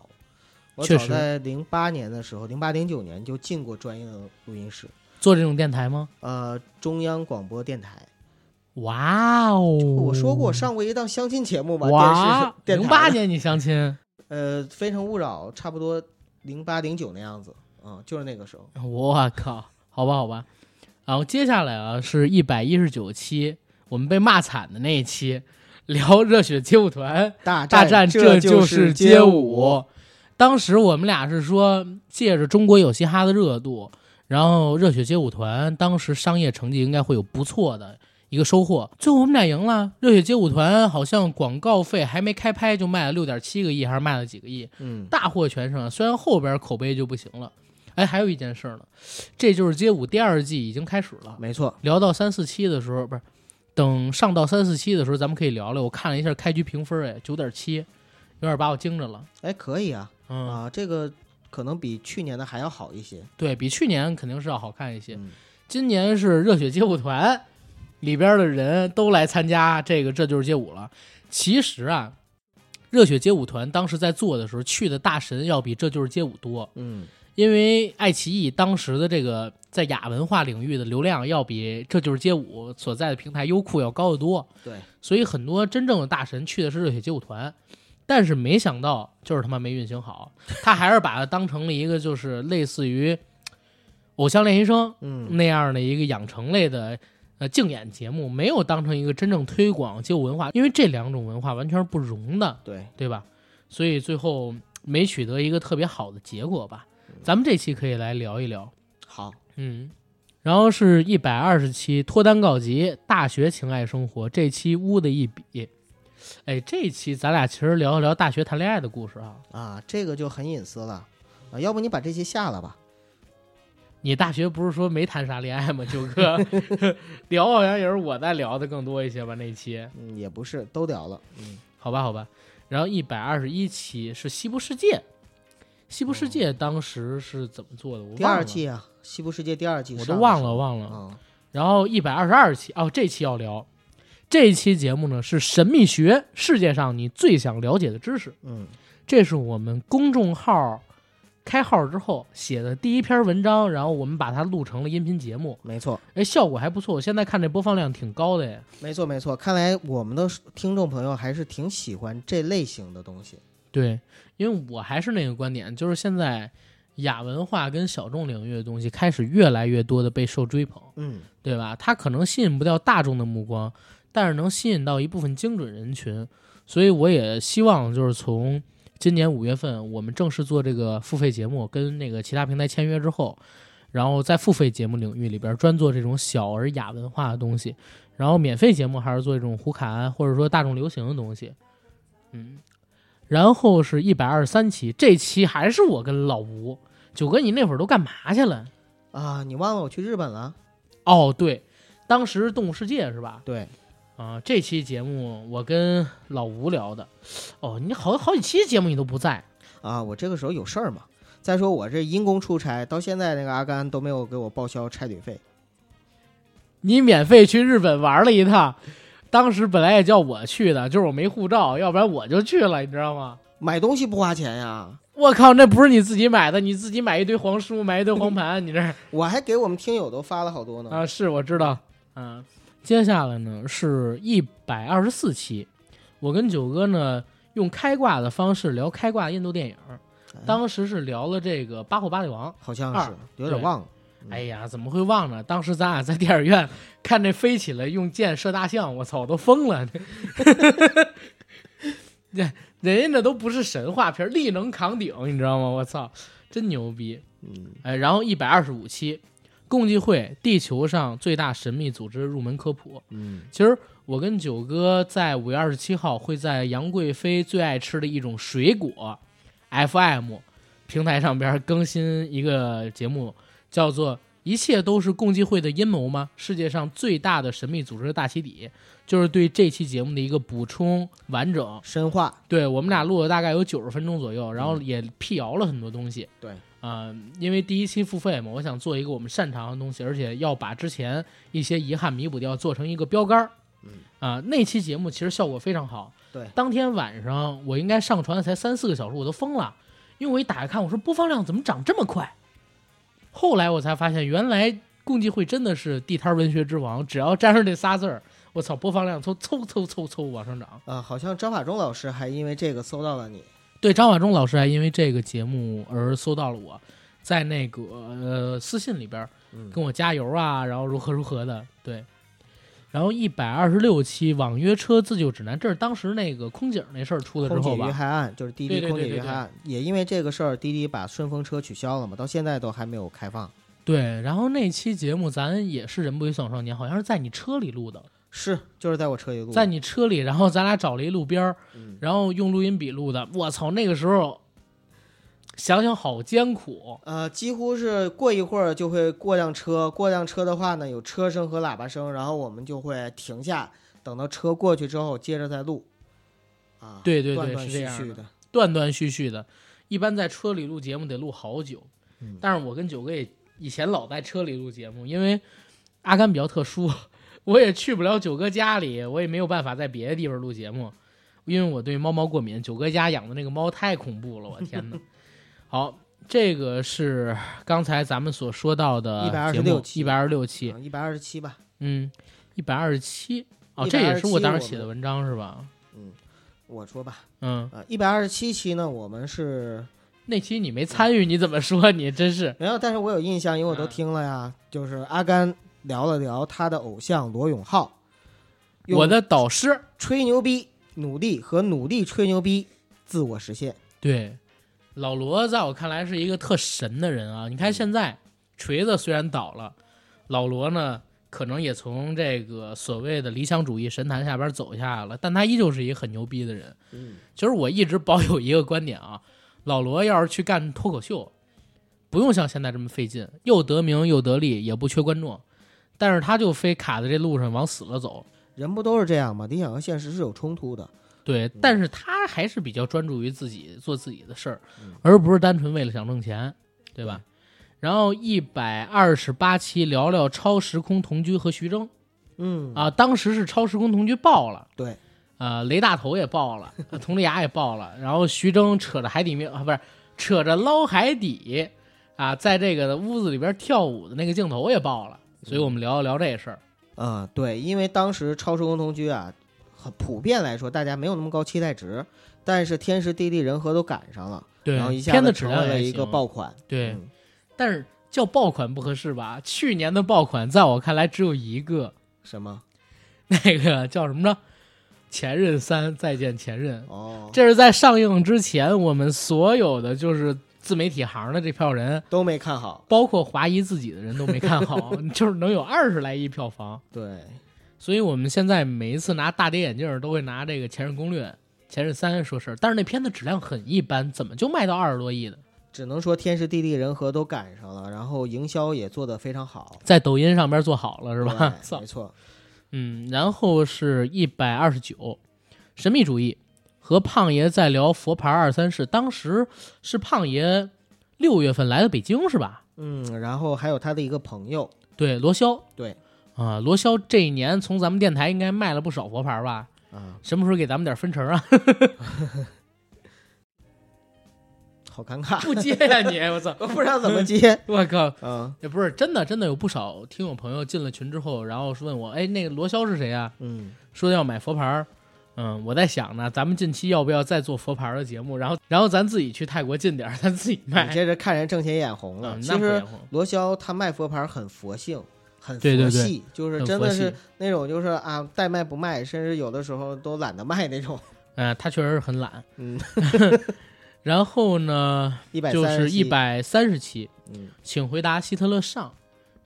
B: 我
A: 确
B: 早
A: 实
B: 在零八年的时候，零八零九年就进过专业的录音室，
A: 做这种电台吗？
B: 呃，中央广播电台。
A: 哇哦！
B: 我说过，上过一档相亲节目吧，
A: 哇，
B: 电视
A: 零
B: 电
A: 八
B: 台的
A: 年你相亲，
B: 呃，《非诚勿扰》差不多零八零九那样子，嗯，就是那个时候。
A: 我靠，好吧好吧。然后接下来啊是一百一十九期，我们被骂惨的那一期，聊热血街舞团。
B: 大
A: 大战
B: 战
A: 这
B: 就
A: 就是
B: 街舞，
A: 舞。当时我们俩是说，借着中国有嘻哈的热度，然后热血街舞团当时商业成绩应该会有不错的一个收获。最后我们俩赢了，热血街舞团好像广告费还没开拍就卖了六点七个亿，还是卖了几个亿，
B: 嗯，
A: 大获全胜。虽然后边口碑就不行了。哎，还有一件事呢，这就是街舞第二季已经开始了。
B: 没错，
A: 聊到三四期的时候，不是等上到三四期的时候，咱们可以聊聊。我看了一下开局评分，哎，九点七，有点把我惊着了。
B: 哎，可以啊，
A: 嗯，
B: 啊，这个可能比去年的还要好一些。
A: 对比去年肯定是要好看一些。
B: 嗯
A: 今年是热血街舞团里边的人都来参加这个，这就是街舞了。其实啊，热血街舞团当时在做的时候，去的大神要比这就是街舞多。
B: 嗯，
A: 因为爱奇艺当时的这个在亚文化领域的流量要比《这就是街舞》所在的平台优酷要高得多，
B: 对，
A: 所以很多真正的大神去的是热血街舞团，但是没想到就是他妈没运行好，他还是把它当成了一个就是类似于《偶像练习生》
B: 嗯，
A: 那样的一个养成类的呃竞演节目，没有当成一个真正推广街舞文化，因为这两种文化完全是不容的。
B: 对，
A: 对吧？所以最后没取得一个特别好的结果吧。咱们这期可以来聊一聊，
B: 好，
A: 嗯，然后是一百二十期脱单告急，大学情爱生活这期污的一笔，哎，这期咱俩其实聊一聊大学谈恋爱的故事啊。
B: 啊，这个就很隐私了啊，要不你把这些下了吧？
A: 你大学不是说没谈啥恋爱吗？九哥， 聊好像也是我在聊的更多一些吧，那一期。
B: 嗯，也不是，都聊了，嗯，
A: 好吧，好吧。然后一百二十一期是西部世界，西部世界当时是怎么做的？我
B: 哦第
A: 忘
B: 二
A: 了
B: 季啊，《西部世界》第二季
A: 我
B: 上
A: 都
B: 的
A: 忘
B: 时
A: 了，
B: 候
A: 忘了。
B: 啊，
A: 然后一百二十二期哦，这期要聊，这一期节目呢是神秘学世界上你最想了解的知识，
B: 嗯
A: 这是我们公众号开号之后写的第一篇文章，然后我们把它录成了音频节目，
B: 没错，
A: 哎，效果还不错，我现在看这播放量挺高的哎。
B: 没错，没错。看来我们的听众朋友还是挺喜欢这类型的东西。
A: 对，因为我还是那个观点，就是现在亚文化跟小众领域的东西开始越来越多的被受追捧，
B: 嗯，
A: 对吧？它可能吸引不掉大众的目光，但是能吸引到一部分精准人群。所以我也希望就是从今年五月份我们正式做这个付费节目，跟那个其他平台签约之后，然后在付费节目领域里边专做这种小而雅文化的东西，然后免费节目还是做这种胡侃或者说大众流行的东西，嗯。然后是一百二十三期，这期还是我跟老吴九哥，你那会儿都干嘛去了？
B: 啊，你忘了我去日本了？
A: 哦，对，当时动物世界是吧？
B: 对，
A: 啊，这期节目我跟老吴聊的。哦，你好好几期节目你都不在，
B: 啊，我这个时候有事儿嘛。再说我这因公出差，到现在那个阿甘都没有给我报销差旅费。
A: 你免费去日本玩了一趟。当时本来也叫我去的，就是我没护照，要不然我就去了，你知道吗？
B: 买东西不花钱呀，
A: 我靠，那不是你自己买的，你自己买一堆黄书，买一堆黄盘，你这儿
B: 我还给我们听友都发了好多呢。
A: 啊，是我知道，嗯、接下来呢是一百二十四期，我跟九哥呢用开挂的方式聊开挂印度电影，当时是聊了这个《八虎八里王》，
B: 好像
A: 二
B: 是有点
A: 对
B: 忘了。嗯
A: 哎呀，怎么会忘呢？当时咱俩在电影院看这飞起来用箭射大象，我操，我都疯了。人人家那都不是神话片，力能扛鼎，你知道吗？我操，真牛逼！
B: 嗯，
A: 哎，然后一百二十五期，共济会地球上最大神秘组织入门科普。
B: 嗯
A: 其实我跟九哥在五月二十七号会在杨贵妃最爱吃的一种水果 FM 平台上边更新一个节目，叫做《一切都是共济会的阴谋吗？世界上最大的神秘组织的大起底》，就是对这期节目的一个补充完整。
B: 深化
A: 对我们俩录了大概有九十分钟左右，然后也辟谣了很多东西。
B: 嗯对，
A: 啊、因为第一期付费嘛，我想做一个我们擅长的东西，而且要把之前一些遗憾弥补掉，做成一个标杆儿。
B: 嗯，
A: 啊、那期节目其实效果非常好。
B: 对
A: 当天晚上我应该上传才三四个小时，我都疯了，因为我一打开看，我说播放量怎么涨这么快？后来我才发现，原来共济会真的是地摊文学之王，只要沾上这仨字儿，我操，播放量从嗖嗖嗖嗖往上涨。
B: 啊，好像张法中老师还因为这个搜到了你。
A: 对，张法中老师还因为这个节目而搜到了我，在那个呃私信里边儿
B: 嗯
A: 跟我加油啊，然后如何如何的，对。然后一百二十六期网约车自救指南，这是当时那个空姐那事儿出了之
B: 空姐
A: 后
B: 遇
A: 吧？
B: 害案就是滴
A: 对
B: 滴
A: 对
B: 空姐
A: 对对
B: 遇
A: 对
B: 害案，也因为这个事儿，滴滴把顺风车取消了嘛，到现在都还没有开放。
A: 对。然后那期节目咱也是人不与爽少年，好像是在你车里录的，
B: 是，就是在我车里录的。
A: 在你车里，然后咱俩找了一路边儿，
B: 嗯
A: 然后用录音笔录的。我操，那个时候想想好艰苦。
B: 呃，几乎是过一会儿就会过辆车，过辆车的话呢，有车声和喇叭声，然后我们就会停下，等到车过去之后，接着再录。啊，
A: 对对对
B: 断断
A: 是这
B: 续
A: 样
B: 续
A: 的
B: 的。
A: 断断续续的，一般在车里录节目得录好久。但是我跟九哥也以前老在车里录节目，因为阿甘比较特殊， 我也去不了九哥家里，我也没有办法在别的地方录节目，因为我对猫猫过敏。九哥家养的那个猫太恐怖了，我天 哪！好，这个是刚才咱们所说到的
B: 126期
A: 一百二十六期，
B: 一百二十七吧。
A: 嗯，一百二十七，哦，
B: 127
A: 这也是我当
B: 我
A: 时
B: 们
A: 写的文章是吧？
B: 我说吧，
A: 嗯，
B: 呃，一百二十七期呢，我们是
A: 那期你没参与，你怎么说？你真是
B: 没有，但是我有印象，因为我都
A: 嗯
B: 听了呀。就是阿甘聊了聊他的偶像罗永浩，用
A: 我的导师。
B: 吹牛逼、努力和努力吹牛逼，自我实现。
A: 对，老罗在我看来是一个特神的人啊！你看现在锤子虽然倒了，老罗呢可能也从这个所谓的理想主义神坛下边走下来了，但他依旧是一个很牛逼的人。
B: 嗯，
A: 就是我一直保有一个观点啊， 老罗要是去干脱口秀，不用像现在这么费劲，又得名又得利，也不缺观众，但是他就非卡在这路上往死了走。
B: 人不都是这样吗？理想和现实是有冲突的。
A: 对，
B: 嗯
A: 但是他还是比较专注于自己做自己的事儿
B: 嗯，
A: 而不是单纯为了想挣钱，对吧？然后一百二十八期聊聊超时空同居和徐峥
B: 嗯
A: 啊，当时是超时空同居爆了，
B: 对，
A: 啊，雷大头也爆了，呃佟丽娅也爆了，然后徐峥扯着海底面啊，不是扯着捞海底啊，在这个屋子里边跳舞的那个镜头也爆了，所以
B: 嗯
A: 我们聊一聊这事儿。
B: 啊、对，因为当时超时空同居啊，很普遍来说大家没有那么高期待值，但是天时地利人和都赶上了，
A: 对
B: 然后一下
A: 片
B: 子
A: 子质
B: 成
A: 量
B: 为了
A: 也
B: 一个
A: 行
B: 爆款。
A: 对，
B: 嗯
A: 但是叫爆款不合适吧？去年的爆款在我看来只有一个，
B: 什么？
A: 那个叫什么呢？《前任三》，再见前任。
B: 哦，
A: 这是在上映之前，我们所有的就是自媒体行的这票人，
B: 都没看好。
A: 包括华谊自己的人都没看好，就是能有二十来亿票房。
B: 对，
A: 所以我们现在每一次拿大跌眼镜儿都会拿这个《前任攻略》《前任三》说事儿，但是那片子质量很一般，怎么就卖到二十多亿的？
B: 只能说天时地利人和都赶上了，然后营销也做得非常好，
A: 在抖音上边做好了是吧？
B: 对
A: 操
B: 没，错，
A: 嗯，然后是一百二十九，神秘主义和胖爷在聊佛牌二三世，当时是胖爷六月份来的北京是吧？
B: 嗯，然后还有他的一个朋友，
A: 对，罗霄，
B: 对
A: 啊，罗霄这一年从咱们电台应该卖了不少佛牌吧？
B: 啊，
A: 什么时候给咱们点分成 啊？
B: 好尴 尬，
A: 不接呀、你，我操！
B: 我不知道怎么接，
A: 我靠，
B: 嗯
A: 也不是真的，真的有不少听友朋友进了群之后，然后是问我，哎，那个罗霄是谁啊？
B: 嗯，
A: 说要买佛牌儿，嗯，我在想呢，咱们近期要不要再做佛牌儿的节目？然后，然后咱自己去泰国进点儿，咱自己
B: 你
A: 卖。
B: 这是看人挣钱眼红了。
A: 哎嗯
B: 其
A: 那不
B: 实
A: 眼红
B: 罗霄他卖佛牌很佛性，很佛系，
A: 对对对
B: 就是
A: 很
B: 真
A: 佛
B: 的
A: 系
B: 是那种就是啊，代卖不卖，甚至有的时候都懒得卖那 种。
A: 嗯，他确实是很懒。
B: 嗯，
A: 然后呢，
B: 一百
A: 就是一，百三十期，
B: 嗯，
A: 请回答希特勒上，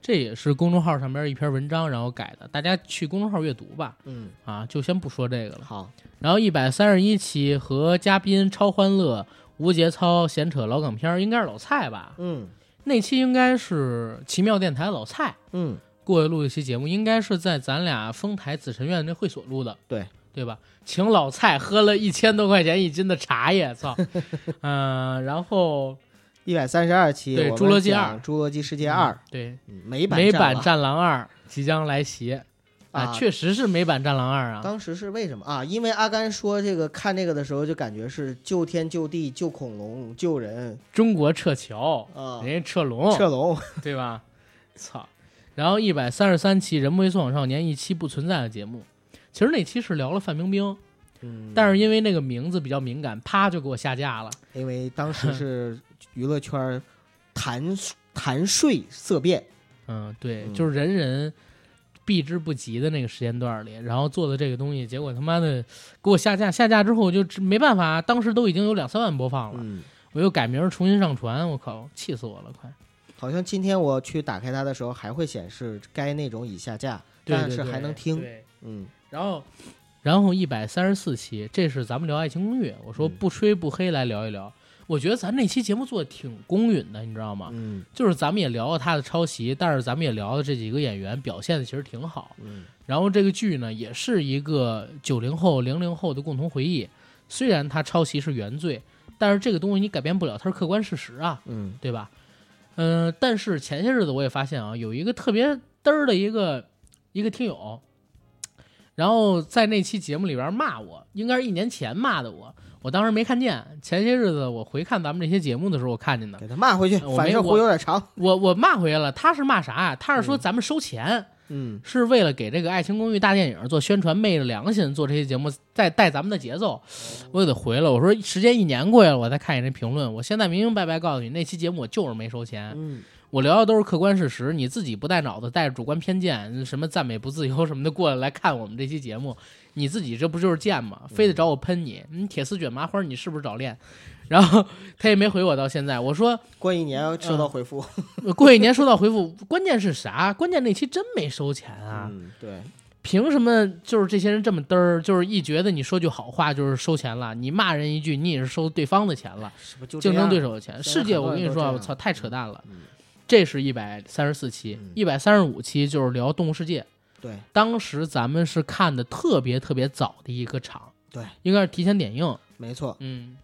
A: 这也是公众号上边一篇文章然后改的，大家去公众号阅读吧。
B: 嗯，
A: 啊，就先不说这个了。
B: 好，
A: 然后一百三十一期和嘉宾超欢乐、无节操、闲扯老港片儿，应该是老蔡吧？
B: 嗯
A: 那期应该是奇妙电台老蔡
B: 嗯，
A: 过来录一期节目，应该是在咱俩丰台紫宸苑那会所录的，
B: 对
A: 对吧？请老蔡喝了一千多块钱一斤的茶叶，操， 嗯、然后
B: 一百三十二期，
A: 对
B: 我们
A: 侏罗纪
B: 讲
A: 二
B: 《侏罗纪世界二》
A: 对
B: 嗯美版
A: 美
B: 战
A: 版
B: 狼
A: 战狼二即将来袭
B: 啊，
A: 确实是美版战狼二啊，
B: 当时是为什么啊？因为阿甘说这个看这个的时候，就感觉是救天救地救恐龙救人
A: 中国撤侨，
B: 啊，
A: 人家撤龙，
B: 撤龙，
A: 对吧？操！然后一百三十三期《人不为所往少年》一期不存在的节目，其实那期是聊了范冰冰，
B: 嗯
A: 但是因为那个名字比较敏感，啪就给我下架了。
B: 因为当时是娱乐圈儿谈谈税 色变，
A: 嗯，对，
B: 嗯
A: 就是人人避之不及的那个时间段里，然后做的这个东西，结果他妈的给我下架，下架之后我就知没办法，当时都已经有两三万播放了，
B: 嗯，
A: 我又改名儿重新上传，我靠，气死我了，快！
B: 好像今天我去打开它的时候，还会显示该内容已下架，
A: 对
B: 但
A: 对
B: 是
A: 对
B: 还能听，
A: 对
B: 嗯
A: 然后，然后一百三十四期，这是咱们聊《爱情公寓》，我说
B: 嗯
A: 不吹不黑来聊一聊。我觉得咱那期节目做的挺公允的，你知道吗？
B: 嗯
A: 就是咱们也聊了他的抄袭，但是咱们也聊了这几个演员表现的其实挺好。
B: 嗯，
A: 然后这个剧呢，也是一个九零后、零零后的共同回忆。虽然他抄袭是原罪，但是这个东西你改变不了，它是客观事实啊，
B: 嗯
A: 对吧？嗯、但是前些日子我也发现啊，有一个特别嘚儿的一个一个听友，然后在那期节目里边骂我，应该是一年前骂的我，我当时没看见。前些日子我回看咱们这些节目的时候，我看见的，
B: 给他骂回去，
A: 我没
B: 反正
A: 我
B: 活有点长，
A: 我我骂回来了。他是骂啥呀、他是说咱们收钱。
B: 嗯
A: 是为了给这个《爱情公寓》大电影做宣传，昧着良心做这些节目，再带咱们的节奏，我给他回了。我说时间一年过去了，我再看你这评论，我现在明明白白告诉你，那期节目我就是没收钱，
B: 嗯
A: 我聊的都是客观事实，你自己不带脑子，带着主观偏见，什么赞美不自由什么的过来来看我们这期节目，你自己这不就是贱吗？非得找我喷你，你铁丝卷麻花，你是不是找练？然后他也没回我，到现在我说
B: 过一年收到回复
A: 过一年收到回复，关键是啥？关键那期真没收钱啊！
B: 嗯，对，
A: 凭什么就是这些人这么嘚儿？就是一觉得你说句好话就是收钱了，你骂人一句你也是收对方的钱了，
B: 是不是就
A: 竞争对
B: 手？
A: 手的钱。
B: 现在
A: 世界，
B: 很多
A: 我跟你
B: 人都
A: 说啊，
B: 这
A: 我
B: 样
A: 操，太扯淡了
B: 嗯。
A: 这是一百三十四期，一百三十五期就是聊《动物世界》。
B: 对
A: 当时咱们是看的特别特别早的一个场，
B: 对，
A: 应该是提前点映。
B: 没错，
A: 嗯，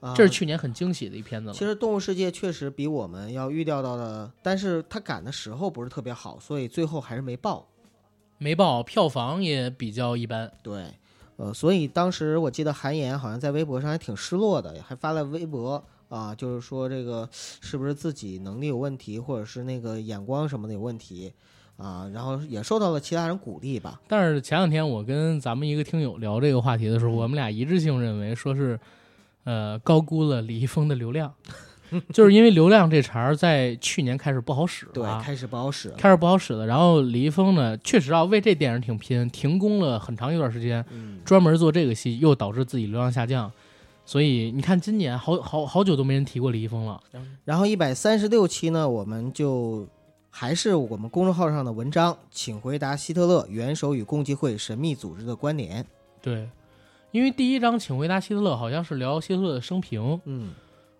B: 啊、
A: 这是去年很惊喜的一片子了
B: 其。实《动物世界》确实比我们要预料到的，但是它赶的时候不是特别好，所以最后还是没爆。
A: 没报，票房也比较一般。
B: 对，呃，所以当时我记得韩岩好像在微博上还挺失落的，还发了微博啊，就是说这个是不是自己能力有问题，或者是那个眼光什么的有问题啊，然后也受到了其他人鼓励吧。
A: 但是前两天我跟咱们一个听友聊这个话题的时
B: 嗯
A: 候，我们俩一致性认为说是，呃，高估了李易峰的流 量，就是因为流量这茬儿在去年开始不好使
B: 对，
A: 了、啊
B: 开始不好使了。
A: 开始不好使了。然后李易峰呢，确实啊，为这电影挺拼，停工了很长一段时间，
B: 嗯，
A: 专门做这个戏，又导致自己流量下降。所以你看，今年好好好久都没人提过李易峰了。
B: 然后一百三十六期呢，我们就还是我们公众号上的文章，请回答希特勒元首与共济会神秘组织的关联。
A: 对，因为第一章《请回答希特勒》好像是聊希特勒的生平，
B: 嗯，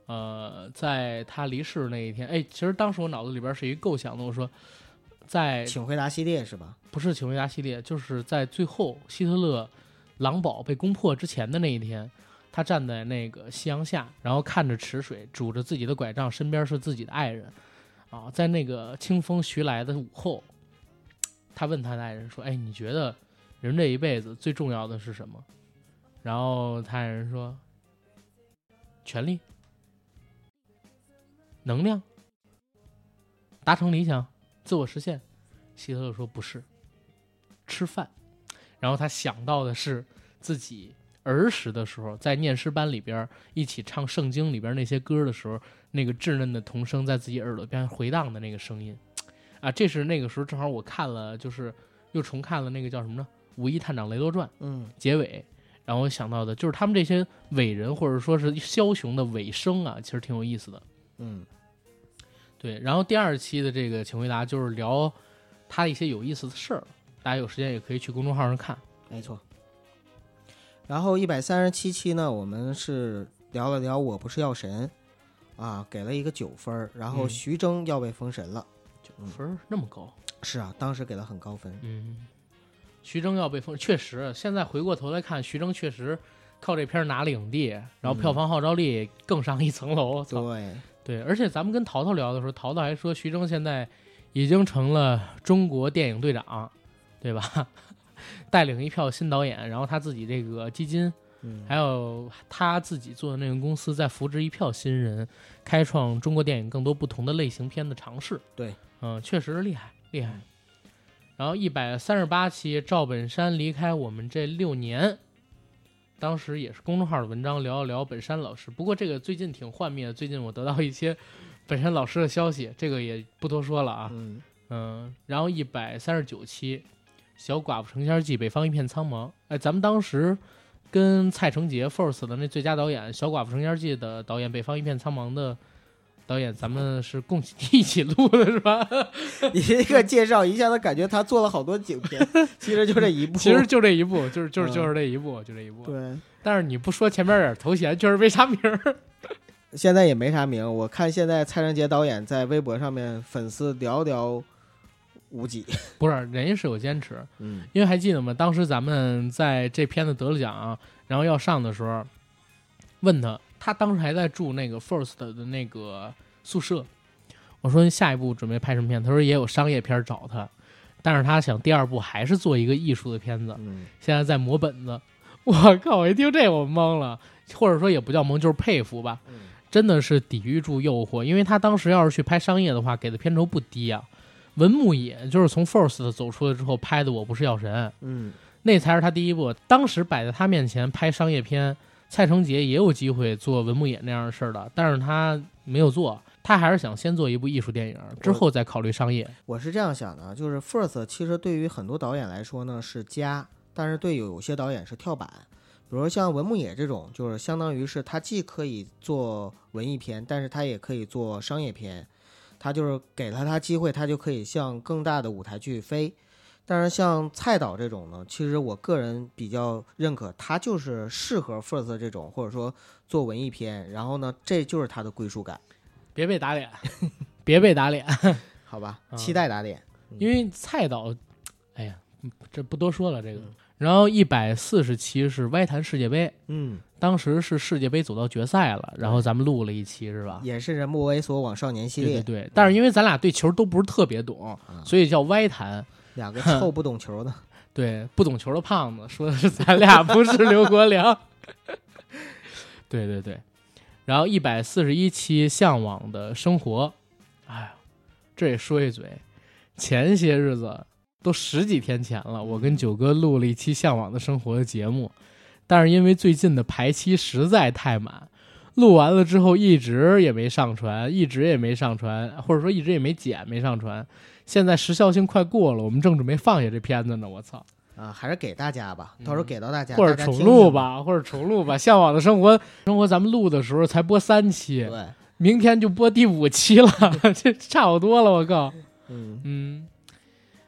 A: 呃，在他离世那一天，哎，其实当时我脑子里边是一个构想的，我说，在
B: 请回答系列是吧？
A: 不是《请回答》系列，就是在最后希特勒狼堡被攻破之前的那一天，他站在那个夕阳下，然后看着池水，拄着自己的拐杖，身边是自己的爱人，啊，在那个清风徐来的午后，他问他的爱人说：“哎，你觉得人这一辈子最重要的是什么？”然后他爱人说：“权力、能量、达成理想、自我实现。”希特勒说：“不是，吃饭。”然后他想到的是自己儿时的时候，在念诗班里边儿一起唱圣经里边儿那些歌的时候，那个稚嫩的童声在自己耳朵边回荡的那个声音，啊，这是那个时候正好我看了，就是又重看了那个叫什么呢，《五一探长雷洛传》
B: 嗯，
A: 结尾。然后我想到的就是他们这些伟人或者说是枭雄的尾声啊，其实挺有意思的。
B: 嗯，
A: 对，然后第二期的这个请回答就是聊他一些有意思的事儿，大家有时间也可以去公众号上看。
B: 没错。然后一百三十七期呢，我们是聊了聊《我不是药神》，啊，给了一个九分儿。然后
A: 嗯
B: 徐峥要被封神了，
A: 九分儿那么高，
B: 是啊，当时给了很高分。
A: 嗯，徐峥要被封，确实，现在回过头来看，徐峥确实靠这片儿拿了影帝，然后票房号召力更上一层楼。操
B: 对，
A: 对，而且咱们跟淘淘聊的时候，淘淘还说徐峥现在已经成了中国电影队长，对吧？ 带领一票新导演，然后他自己这个基金
B: 嗯，
A: 还有他自己做的那个公司在扶植一票新人，开创中国电影更多不同的类型片的尝试。
B: 对，嗯
A: 嗯，确实厉害厉害。然后一百三十八期赵本山离开我们这六年，当时也是公众号的文章聊一聊本山老师。不过这个最近挺幻灭的，最近我得到一些本山老师的消息，这个也不多说了啊。
B: 嗯，
A: 嗯，然后一百三十九期《小寡妇成仙记》，北方一片苍茫。哎，咱们当时跟蔡成杰 Force 的那最佳导演《小寡妇成仙记》的导演，北方一片苍茫的导演，咱们是共一起 录的是吧？
B: 你这个介绍一下子，感觉他做了好多景片，其实就这一 部。
A: 其实就这一部，就是就是
B: 嗯
A: 就是这一部，就这一部。
B: 对，
A: 但是你不说前面点头衔，确实没啥名儿。
B: 现在也没啥名。我看现在蔡成杰导演在微博上面粉丝寥寥无几。
A: 不是，人家是有坚持，
B: 嗯
A: 因为还记得吗？当时咱们在这片子得了奖、然后要上的时候，问他，他当时还在住那个 First 的那个宿舍。我说下一步准备拍什么片？他说也有商业片找他，但是他想第二部还是做一个艺术的片子，
B: 嗯，
A: 现在在磨本子。我靠！我一听这我懵了，或者说也不叫懵，就是佩服吧。
B: 嗯
A: 真的是抵御住诱惑，因为他当时要是去拍商业的话，给的片酬不低啊。文牧野就是从 First 走出来之后拍的《我不是药神》，
B: 嗯，
A: 那才是他第一部。当时摆在他面前拍商业片，蔡成杰也有机会做文牧野那样的事儿的，但是他没有做，他还是想先做一部艺术电影，之后再考虑商业。
B: 我是这样想的啊，就是 First 其实对于很多导演来说呢是家，但是对有些导演是跳板。比如说像文牧野这种，就是相当于是他既可以做文艺片，但是他也可以做商业片，他就是给了他机会，他就可以向更大的舞台去飞。但是像蔡导这种呢，其实我个人比较认可，他就是适合 First 这种，或者说做文艺片，然后呢，这就是他的归属感，
A: 别被打脸， 别被打脸，
B: 好吧？
A: 啊
B: 期待打脸，
A: 因为蔡导，哎呀，这不多说了这个
B: 嗯。
A: 然后一百四十期是歪谈世界杯，
B: 嗯，
A: 当时是世界杯走到决赛了，然后咱们录了一期是吧？
B: 也是人不为所往少年系
A: 啊对
B: 列，
A: 对对，但是因为咱俩对球都不是特别懂，
B: 嗯
A: 所以叫歪谈。
B: 两个臭不懂球的，
A: 对，不懂球的胖子说的是咱俩， 不是刘国梁。对对对，然后一百四十一期《向往的生活》，哎呀，这也说一嘴，前些日子都十几天前了，我跟九哥录了一期《向往的生活》的节目，但是因为最近的排期实在太满。录完了之后一直也没上传，一直也没上传，或者说一直也没剪，没上传。现在时效性快过了，我们正准备放下这片子呢。我操！
B: 啊，还是给大家吧，到时候给到大
A: 嗯
B: 家，
A: 或者
B: 大家听
A: 重
B: 听
A: 录。吧，或者重录吧。向往的生活，生活咱们录的时候才播三期，
B: 对，
A: 明天就播第五期 了，这差好多了。我靠，
B: 嗯，
A: 嗯。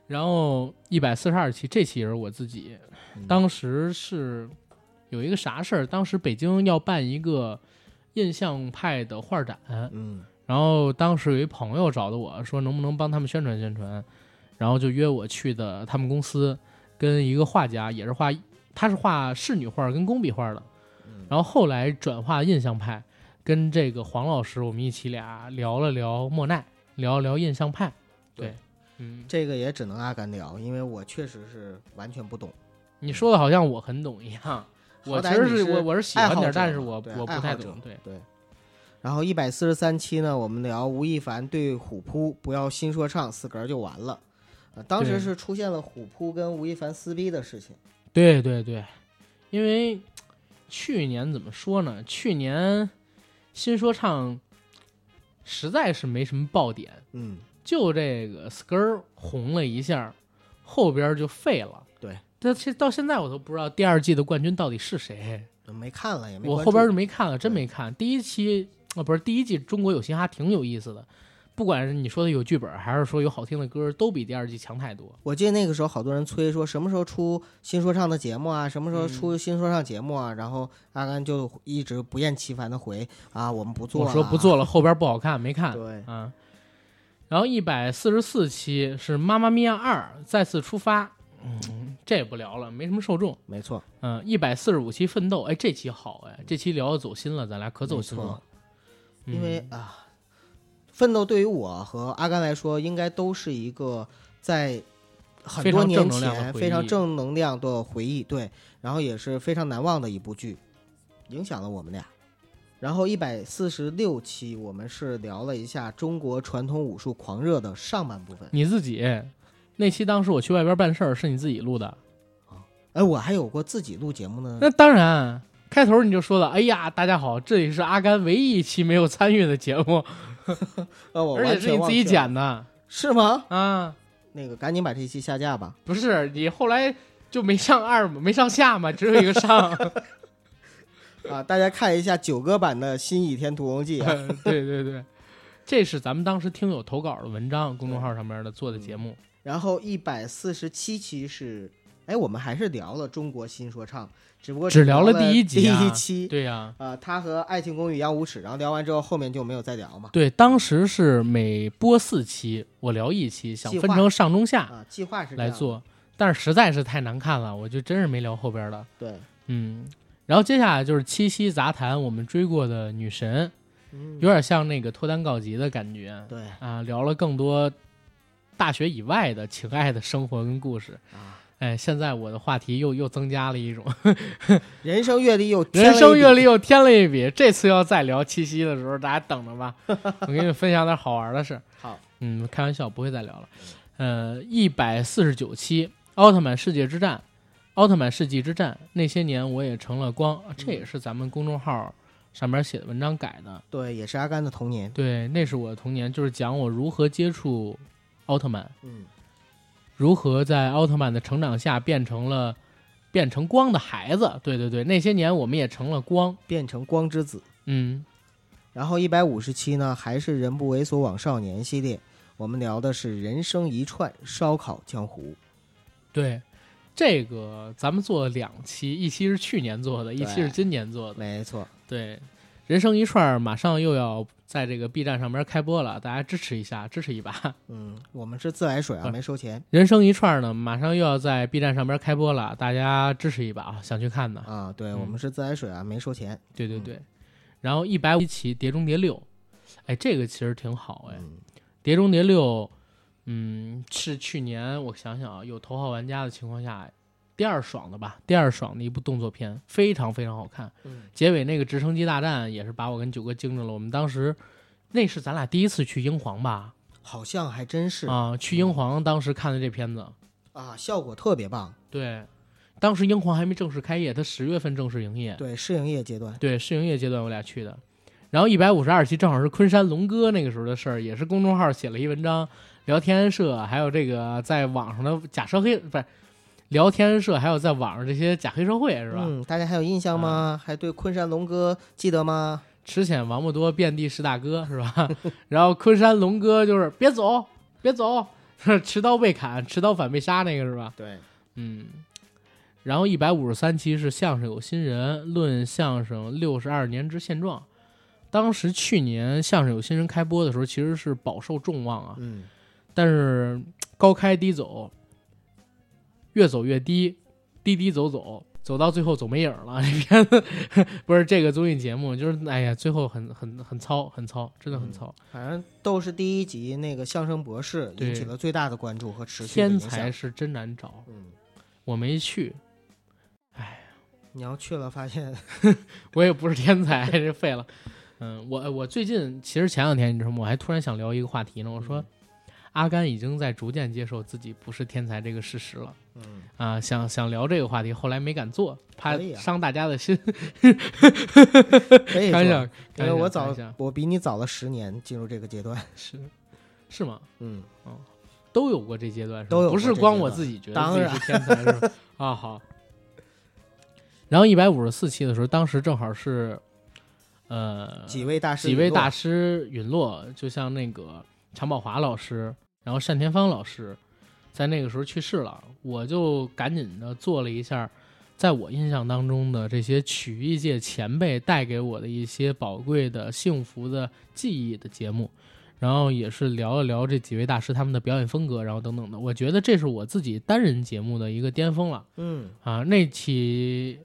A: 然后一百四十二期，这期也是我自己，
B: 嗯
A: 当时是有一个啥事儿，当时北京要办一个印象派的画展，
B: 嗯
A: 然后当时有一朋友找的我说能不能帮他们宣传宣传，然后就约我去的他们公司，跟一个画家也是画，他是画仕女画跟工笔画的，
B: 嗯
A: 然后后来转化印象派，跟这个黄老师我们一起俩聊了聊莫奈，聊了聊印象派，对，
B: 对
A: 嗯，
B: 这个也只能阿甘聊，因为我确实是完全不懂。
A: 你说的好像我很懂一样，我
B: 好
A: 其
B: 歹
A: 实
B: 你
A: 我我是喜欢
B: 爱好
A: 点
B: 者
A: 儿，但是
B: 嘛
A: 我
B: 对
A: 我
B: 爱
A: 不太
B: 好者
A: 懂，对，
B: 对。然后一百四十三期呢，我们聊吴亦凡对虎扑不要新说唱四格就完了。呃，当时
A: 对
B: 是出现了虎扑跟吴亦凡撕逼的事情。
A: 对对对，因为去年怎么说呢？去年新说唱实在是没什么爆点，
B: 嗯，
A: 就这个 skr 红了一下，后边就废了。
B: 对，
A: 这这到现在我都不知道第二季的冠军到底是谁，
B: 没看了也没
A: 我
B: 关
A: 后边
B: 注
A: 就没看了，真没看。第一期啊、不是第一季《中国有嘻哈》挺有意思的，不管是你说的有剧本，还是说有好听的歌，都比第二季强太多。
B: 我记得那个时候好多人催说什么时候出新说唱的节目啊，什么时候
A: 嗯
B: 出新说唱节目啊，然后阿甘就一直不厌其烦的回啊，我们不做
A: 我
B: 了，
A: 说不做了，后边不好看，没看。
B: 对，
A: 啊。然后一百四十四期是《妈妈咪呀二》再次出发，嗯，这也不聊了，没什么受众。
B: 没错，
A: 嗯，一百四十五期《奋斗》，哎，这期好哎，这期聊的走心了，咱俩可走心了。嗯
B: 因为啊，奋斗对于我和阿甘来说，应该都是一个在很
A: 非
B: 多
A: 常
B: 年
A: 正能量的
B: 前
A: 回忆
B: 非常正能量的回忆，对，然后也是非常难忘的一部剧，影响了我们俩。然后一百四十六期，我们是聊了一下中国传统武术狂热的上半部分。
A: 你自己那期当时我去外边办事儿，是你自己录的。
B: 哎，我还有过自己录节目呢。
A: 那当然，开头你就说了，哎呀，大家好，这里是阿甘唯一一期没有参与的节目，
B: 呃，我
A: 而且是
B: 完全
A: 你
B: 忘
A: 自己
B: 记了
A: 剪的
B: 是吗？
A: 啊。
B: 那个赶紧把这期下架吧。
A: 不是你后来就没上二嘛，没上下嘛，只有一个上。
B: 啊，大家看一下九哥版的《新倚天屠龙记》 啊。
A: 对对对，这是咱们当时听友投稿的文章，公众号上面的做的节目。
B: 然后一百四十七期是，哎，我们还是聊了中国新说唱，只不过
A: 只
B: 聊
A: 聊了第一集啊
B: 第一期。
A: 对呀、
B: 啊，他和《爱情公寓》一样无耻，然后聊完之后，后面就没有再聊嘛。
A: 对，当时是每播四期，我聊一期，想
B: 计划
A: 分成上中下
B: 啊，计划是这
A: 来
B: 样的。
A: 做，但是实在是太难看了，我就真是没聊后边的。
B: 对，
A: 嗯，然后接下来就是七夕杂谈，我们追过的女神，
B: 嗯
A: 有点像那个脱单告急的感觉
B: 对
A: 啊，聊了更多大学以外的情爱的生活跟故事。
B: 啊，
A: 哎，现在我的话题又又增加了一种。
B: 人生阅历又添了
A: 人
B: 一
A: 生阅
B: 笔
A: 历又添了一笔。这次要再聊七夕的时候，大家等着 吧，我给你们分享点好玩的事。
B: 好，
A: 嗯，开玩笑，不会再聊了。呃，一百四十九期《奥特曼世界之战》，《奥特曼世纪之战》那些年我也成了光，啊这也是咱们公众号上面写的文章改的。
B: 对，也是阿甘的童年。
A: 对，那是我的童年，就是讲我如何接触奥特曼，
B: 嗯
A: 如何在奥特曼的成长下变成了变成光的孩子。对对对，那些年我们也成了光。
B: 变成光之子。
A: 嗯，
B: 然后一百五十期呢，还是人不为所往少年系列，我们聊的是人生一串烧烤江湖。
A: 对，这个咱们做了两期，一期是去年做的，一期是今年做的。
B: 没错，
A: 对，人生一串儿马上又要在这个 B 站上面开播了，大家支持一下，支持一把。
B: 嗯，我们是自来水啊，
A: 对
B: 没收钱
A: 人生一串儿呢，马上又要在 B 站上面开播了，大家支持一把啊！想去看的，
B: 啊。对，
A: 嗯
B: 我们是自来水啊，没收钱。
A: 对对对。然后一百五期《碟中谍六》，哎，这个其实挺好哎，
B: 嗯，
A: 碟中谍六》嗯是去年我想想啊，有头号玩家的情况下。第二爽的吧，第二爽的一部动作片，非常非常好看。
B: 嗯
A: 结尾那个直升机大战也是把我跟九哥惊着了。我们当时那是咱俩第一次去英皇吧？
B: 好像还真是
A: 啊，去英皇当时看的这片子，
B: 啊，效果特别棒。
A: 对，当时英皇还没正式开业，它十月份正式营业。
B: 对，试营业阶段，
A: 哎对，试营业阶段我俩去的。然后一百五十二期正好是昆山龙哥那个时候的事儿，也是公众号写了一文章，聊天安社，还有这个在网上的假社黑，不是聊天安社，还有在网上这些假黑社会是吧？
B: 嗯，大家还有印象吗？还对昆山龙哥记得吗？
A: 吃浅王八多，遍地是大哥是吧？ 然后昆山龙哥就是别走，别走， 持刀被砍，持刀反被杀那个是吧？
B: 对，
A: 嗯，然后一百五十三期是相声有新人论相声六十二年之现状。当时去年相声有新人开播的时候，其实是饱受众望啊，
B: 嗯，
A: 但是高开低走，越走越低，低低走走，走到最后走没影儿了。这 片子不是这个综艺节目，就是哎呀，最后很很很糙，很糙，真的
B: 嗯
A: 很糙。
B: 反正都是第一集那个相声博士
A: 对
B: 引起了最大的关注和持续的
A: 天
B: 影
A: 才
B: 响。
A: 是真难找，
B: 嗯，
A: 我没去，哎
B: 你要去了发现，
A: 我也不是天才，这废了。嗯，我我最近其实前两天你知道吗？我还突然想聊一个话题呢。我
B: 嗯
A: 说，阿甘已经在逐渐接受自己不是天才这个事实了
B: 嗯，
A: 啊、想想聊这个话题，后来没敢做，怕
B: 可以啊
A: 伤大家的心。
B: 可以
A: 开玩
B: 说
A: 笑，，
B: 因
A: 开
B: 为
A: 玩
B: 我
A: 笑开
B: 早
A: 玩笑，
B: 我比你早了十年进入这个阶段。
A: 是是吗？
B: 嗯，
A: 都有过这阶段，是吧
B: 都有过
A: 不
B: 这
A: 是
B: 阶
A: 光我
B: 段
A: 自己觉得
B: 当
A: 自己
B: 然
A: 是天才是吧？啊，好。然后一百五十四期的时候，当时正好是，呃，
B: 嗯几位大师，
A: 几位大，师陨落，就像那个常宝华老师，然后单田芳老师，在那个时候去世了。我就赶紧的做了一下，在我印象当中的这些曲艺界前辈带给我的一些宝贵的、幸福的记忆的节目，然后也是聊了聊这几位大师他们的表演风格，然后等等的。我觉得这是我自己单人节目的一个巅峰了。
B: 嗯，
A: 啊，那期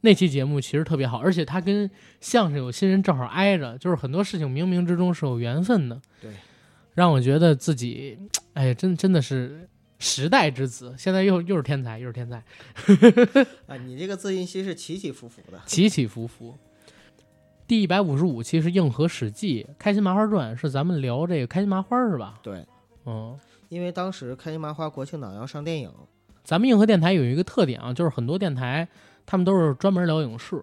A: 那期节目其实特别好，而且它跟相声有新人正好挨着，就是很多事情冥冥之中是有缘分的。
B: 对，
A: 让我觉得自己，哎呀，真真的是时代之子，现在又又是天才，又是天才，
B: 啊，你这个自信心是起起伏伏的。
A: 起起伏伏。第一百五十五期是《硬核史记》，开心麻花传是咱们聊这个开心麻花是吧？
B: 对，
A: 嗯，
B: 因为当时开心麻花国庆档要上电影，
A: 咱们硬核电台有一个特点啊，就是很多电台他们都是专门聊影视，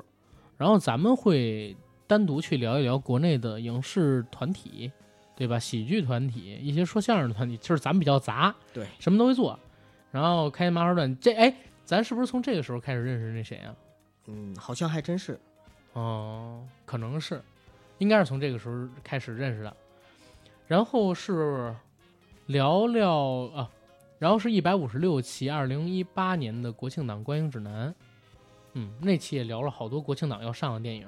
A: 然后咱们会单独去聊一聊国内的影视团体，对吧？喜剧团体，一些说相声的团体，就是咱们比较杂，
B: 对，
A: 什么都会做。然后开心麻花传，这哎，咱是不是从这个时候开始认识那谁啊？
B: 嗯，好像还真是，
A: 哦，可能是，应该是从这个时候开始认识的。然后是聊聊啊，然后是一百五十六期二零一八年的国庆档观影指南，嗯，那期也聊了好多国庆档要上的电影。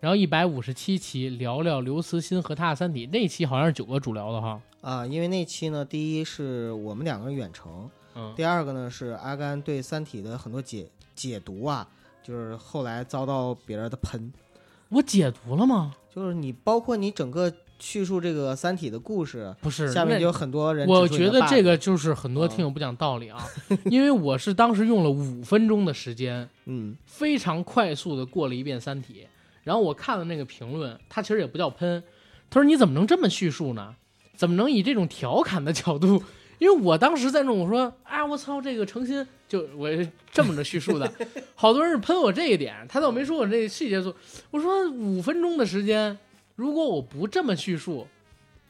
A: 然后一百五十七期聊聊刘慈欣和他的《三体》，那期好像是九哥主聊的哈，
B: 啊，因为那期呢，第一是我们两个人远程，
A: 嗯，
B: 第二个呢是阿甘对《三体》的很多解解读啊，就是后来遭到别人的喷，
A: 我解读了吗？
B: 就是你包括你整个叙述这个《三体》的故事，
A: 不是，
B: 下面
A: 那
B: 就有很多人，
A: 我觉得这
B: 个，
A: 个就是很多听友不讲道理啊，因为我是当时用了五分钟的时间，
B: 嗯，
A: 非常快速的过了一遍《三体》，然后我看了那个评论，他其实也不叫喷，他说你怎么能这么叙述呢？怎么能以这种调侃的角度？因为我当时在那我说啊，我操，这个诚心就我是这么着叙述的， 好多人是喷我这一点，他倒没说我这细节做。我说嗯五分钟的时间，如果我不这么叙述，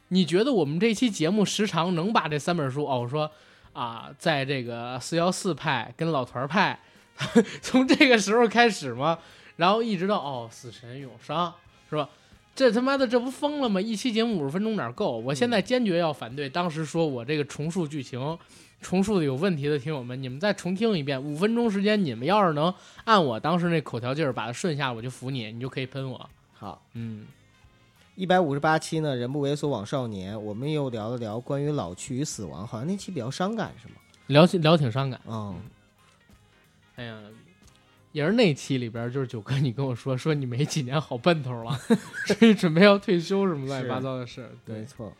A: 你觉得我们这期节目时长能把这三本书哦？我说啊，在这个四幺四派跟老团儿派 从这个时候开始嘛，然后一直到哦，死神永伤是吧？这他妈的这不疯了吗？一期节目五十分钟哪够？我现在坚决要反对当时说我这个重述剧情、重述的有问题的听友们，你们再重听一遍，五分钟时间，你们要是能按我当时那口条劲儿把它顺下，我就服你，你就可以喷我。
B: 好，
A: 嗯，
B: 一百五十八期呢，人不猥琐枉少年，我们又聊了聊关于老去与死亡，好像那期比较伤感，是吗？
A: 聊起聊挺伤感。
B: 嗯，
A: 哎呀，也是那期里边儿，就是九哥你跟我说说你没几年好奔头了， 所以准备要退休什么乱七八糟的事儿。
B: 没
A: 对，
B: 错，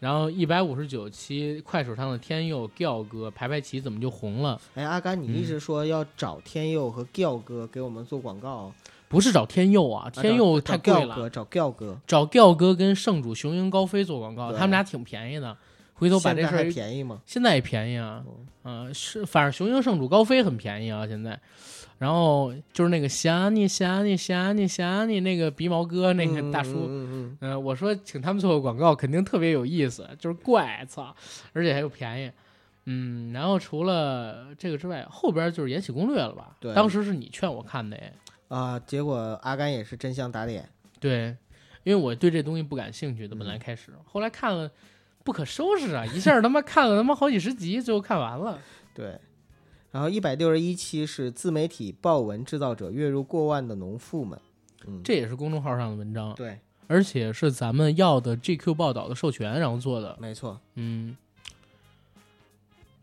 A: 然后一百五十九期快手上的天佑、调哥、排排齐怎么就红了？
B: 哎，阿甘，
A: 嗯
B: 你一直说要找天佑和 Giao 哥给我们做广告，
A: 不是找天佑啊，
B: 啊
A: 天佑
B: 找
A: 太贵
B: 找 Giao
A: 了，
B: 哥，找 Giao 哥，
A: 找调哥跟圣主雄鹰高飞做广告，
B: 对
A: 他们俩挺便宜的。回头把
B: 现
A: 这
B: 在
A: 事
B: 还
A: 儿
B: 便宜哦吗？
A: 现在也便宜啊，嗯、是，反正雄鹰圣主高飞很便宜啊，现在。然后就是那个想你想你想你想你那个鼻毛哥那个大叔，
B: 嗯嗯嗯
A: 嗯、我说请他们做个广告，肯定特别有意思，就是怪操，而且还又便宜。嗯，然后除了这个之外，后边就是《延禧攻略》了吧？
B: 对
A: 当时是你劝我看的，哎，
B: 嗯啊，结果阿甘也是真相打脸，
A: 对，因为我对这东西不感兴趣的，
B: 嗯
A: 本来开始，后来看了不可收拾啊，一下儿他妈看了他妈好几十集，最后看完了。
B: 对。然后一百六十一期是自媒体报文制造者月入过万的农妇们，嗯，
A: 这也是公众号上的文章，
B: 对，
A: 而且是咱们要的 GQ 报道的授权，然后做的。
B: 没错。
A: 嗯，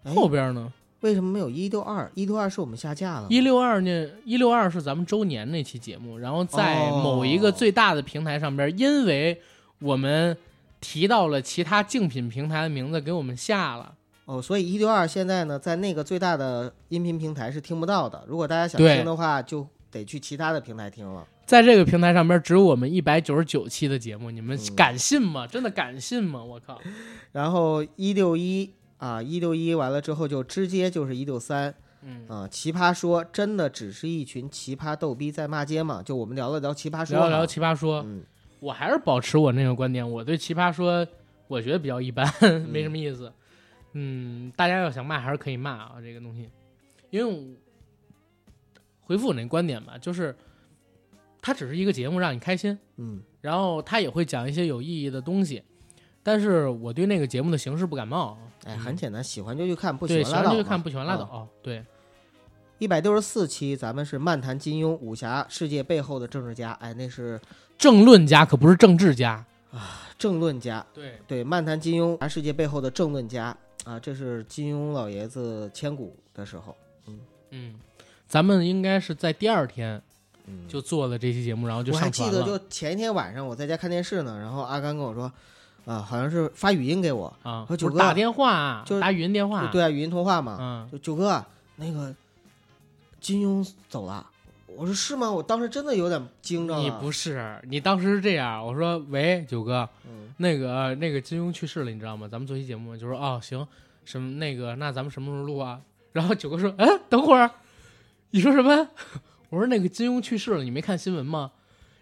B: 哎
A: 后边呢？
B: 为什么没有一六二？一六二是我们下架了，
A: 一六二那一六二是咱们周年那期节目，然后在
B: 哦
A: 某一个最大的平台上边，因为我们提到了其他竞品平台的名字，给我们下了。
B: 哦，所以一六二现在呢，在那个最大的音频平台是听不到的。如果大家想
A: 对
B: 听的话，就得去其他的平台听了。
A: 在这个平台上边，只有我们一百九十九期的节目，你们
B: 嗯
A: 敢信吗？真的敢信吗？我靠！
B: 然后一六一啊，一六一完了之后就直接就是一六三
A: 嗯，
B: 啊。奇葩说真的只是一群奇葩逗逼在骂街嘛？就我们聊了聊奇葩说
A: 聊
B: 哈，
A: 一聊奇葩说，
B: 嗯，
A: 我还是保持我那个观点，我对奇葩说我觉得比较一般， 没什么意思。嗯，大家要想骂还是可以骂啊，这个东西，因为我回复我那观点吧，就是它只是一个节目让你开心，
B: 嗯
A: 然后它也会讲一些有意义的东西，但是我对那个节目的形式不感冒。
B: 哎，
A: 嗯
B: 很简单，喜欢就去看，不
A: 对，
B: 喜
A: 喜
B: 欢拉
A: 欢就
B: 倒嘛。啊
A: 去看，不喜欢拉倒。对，
B: 一百六十四期咱们是漫谈金庸武侠世界背后的政治家，哎，那是
A: 政论家可不是政治家。
B: 政论家，
A: 对，
B: 对，漫谈金庸，世界背后的政论家啊，这是金庸老爷子千古的时候，
A: 嗯，咱们应该是在第二天
B: 嗯，
A: 就做了这期节目，然后就
B: 我还
A: 上
B: 记
A: 传
B: 得，
A: 了。
B: 就前一天晚上我在家看电视呢，然后阿甘跟我说，啊，好像是发语音给我，
A: 啊，
B: 和
A: 不
B: 九
A: 是
B: 哥
A: 打电话，
B: 就是
A: 打语音电话。
B: 就对啊，语音通话嘛，
A: 嗯，
B: 就九哥啊那个金庸走了，我说是吗？我当时真的有点惊着了，
A: 你不是，你当时是这样，我说喂，九哥，
B: 嗯，
A: 那个那个金庸去世了，你知道吗？咱们做期节目就说哦行，什么那个那咱们什么时候录啊？然后九哥说，哎，等会儿，你说什么？我说那个金庸去世了，你没看新闻吗？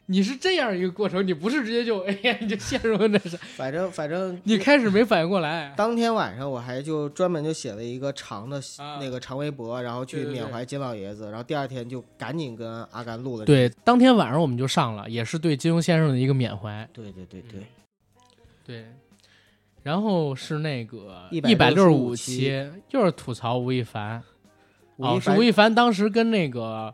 A: 你是这样一个过程，你不是直接就哎呀你就陷入了那啥，
B: 反正反正。
A: 你开始没反应过来。
B: 当天晚上我还就专门就写了一个长的
A: 啊
B: 那个长微博，然后去
A: 对对对
B: 缅怀金老爷子，然后第二天就赶紧跟阿甘录了这
A: 对，当天晚上我们就上了，也是对金庸先生的一个缅怀。
B: 对对对对，
A: 对，然后是那个一百六十
B: 165
A: 五
B: 期
A: 期，又是吐槽吴亦凡。
B: 吴亦
A: 哦，是
B: 凡
A: 吴亦凡当时跟那个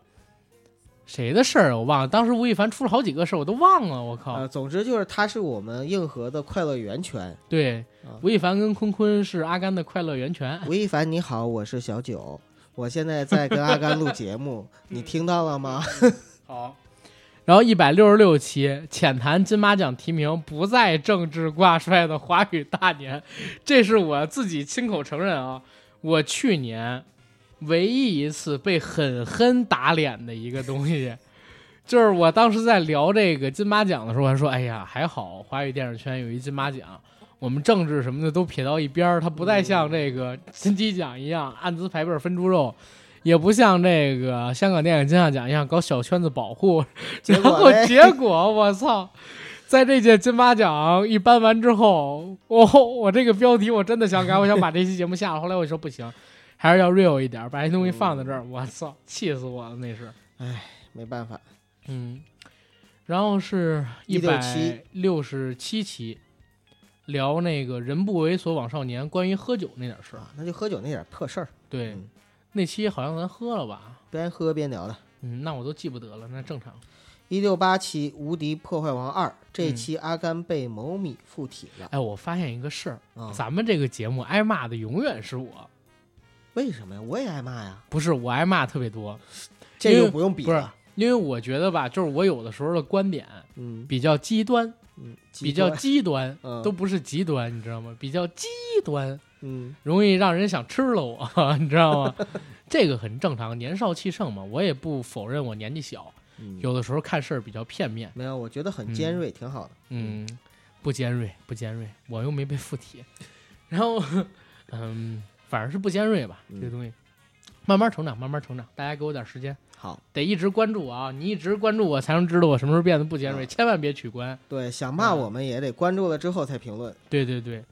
A: 谁的事儿我忘了，当时吴亦凡出了好几个事儿，我都忘了，我靠。
B: 呃，总之就是他是我们硬核的快乐源泉。
A: 对
B: 啊，
A: 吴亦凡跟坤坤是阿甘的快乐源泉。
B: 吴亦凡你好，我是小九，我现在在跟阿甘录节目，你听到了吗？
A: 好。然后一百六十六期浅谈金马奖提名不再政治挂帅的华语大年，这是我自己亲口承认啊，我去年唯一一次被狠狠打脸的一个东西， 就是我当时在聊这个金马奖的时候，我还说，哎呀，还好华语电影圈有一金马奖，我们政治什么的都撇到一边儿，它不再像这个金鸡奖一样按资排辈儿分猪肉。也不像这个香港电影金像奖一样搞小圈子保护，
B: 结
A: 然 后
B: 果嘞
A: 结果我操，在这届金马奖一颁完之后，我我这个标题我真的想改，我想把这期节目下了。后来我说不行，还是要 real 一点，把这东西放在这儿，我操，气死我了，那是。
B: 没办法，
A: 嗯，然后是一百六十七期，聊那个“人不为所枉少年”关于喝酒那点事儿。
B: 啊，那就喝酒那点破事儿，
A: 对，
B: 嗯
A: 那期好像咱喝了吧？
B: 边喝边聊的。
A: 嗯，那我都记不得了，那正常。
B: 一六八期《无敌破坏王二》这
A: 嗯
B: 期阿甘被某米附体了
A: 哎，我发现一个事儿，
B: 啊、
A: 咱们这个节目挨骂的永远是我，
B: 为什么呀？我也挨骂呀，
A: 不是我挨骂特别多，
B: 这就不用比
A: 不是
B: 了。，
A: 因为我觉得吧，就是我有的时候的观点
B: 嗯
A: 比较极端，
B: 嗯，极
A: 比较
B: 端
A: 极端，
B: 嗯
A: 都不是极端，你知道吗？比较极端，
B: 嗯
A: 容易让人想吃了我， 你知道吗？这个很正常，年少气盛嘛，我也不否认我年纪小，
B: 嗯
A: 有的时候看事儿比较片面，
B: 没有，我觉得很尖锐，挺好的。
A: 嗯，不尖锐，不尖锐，我又没被附体，然后， 嗯，反正是不尖锐吧，
B: 嗯
A: 这个东西，慢慢成长，慢慢成长，大家给我点时间，
B: 好，
A: 得一直关注我啊，你一直关注我，才能知道我什么时候变得不尖锐，
B: 啊
A: 千万别取关，
B: 对，想骂
A: 嗯
B: 我们也得关注了之后才评论。
A: 对对对。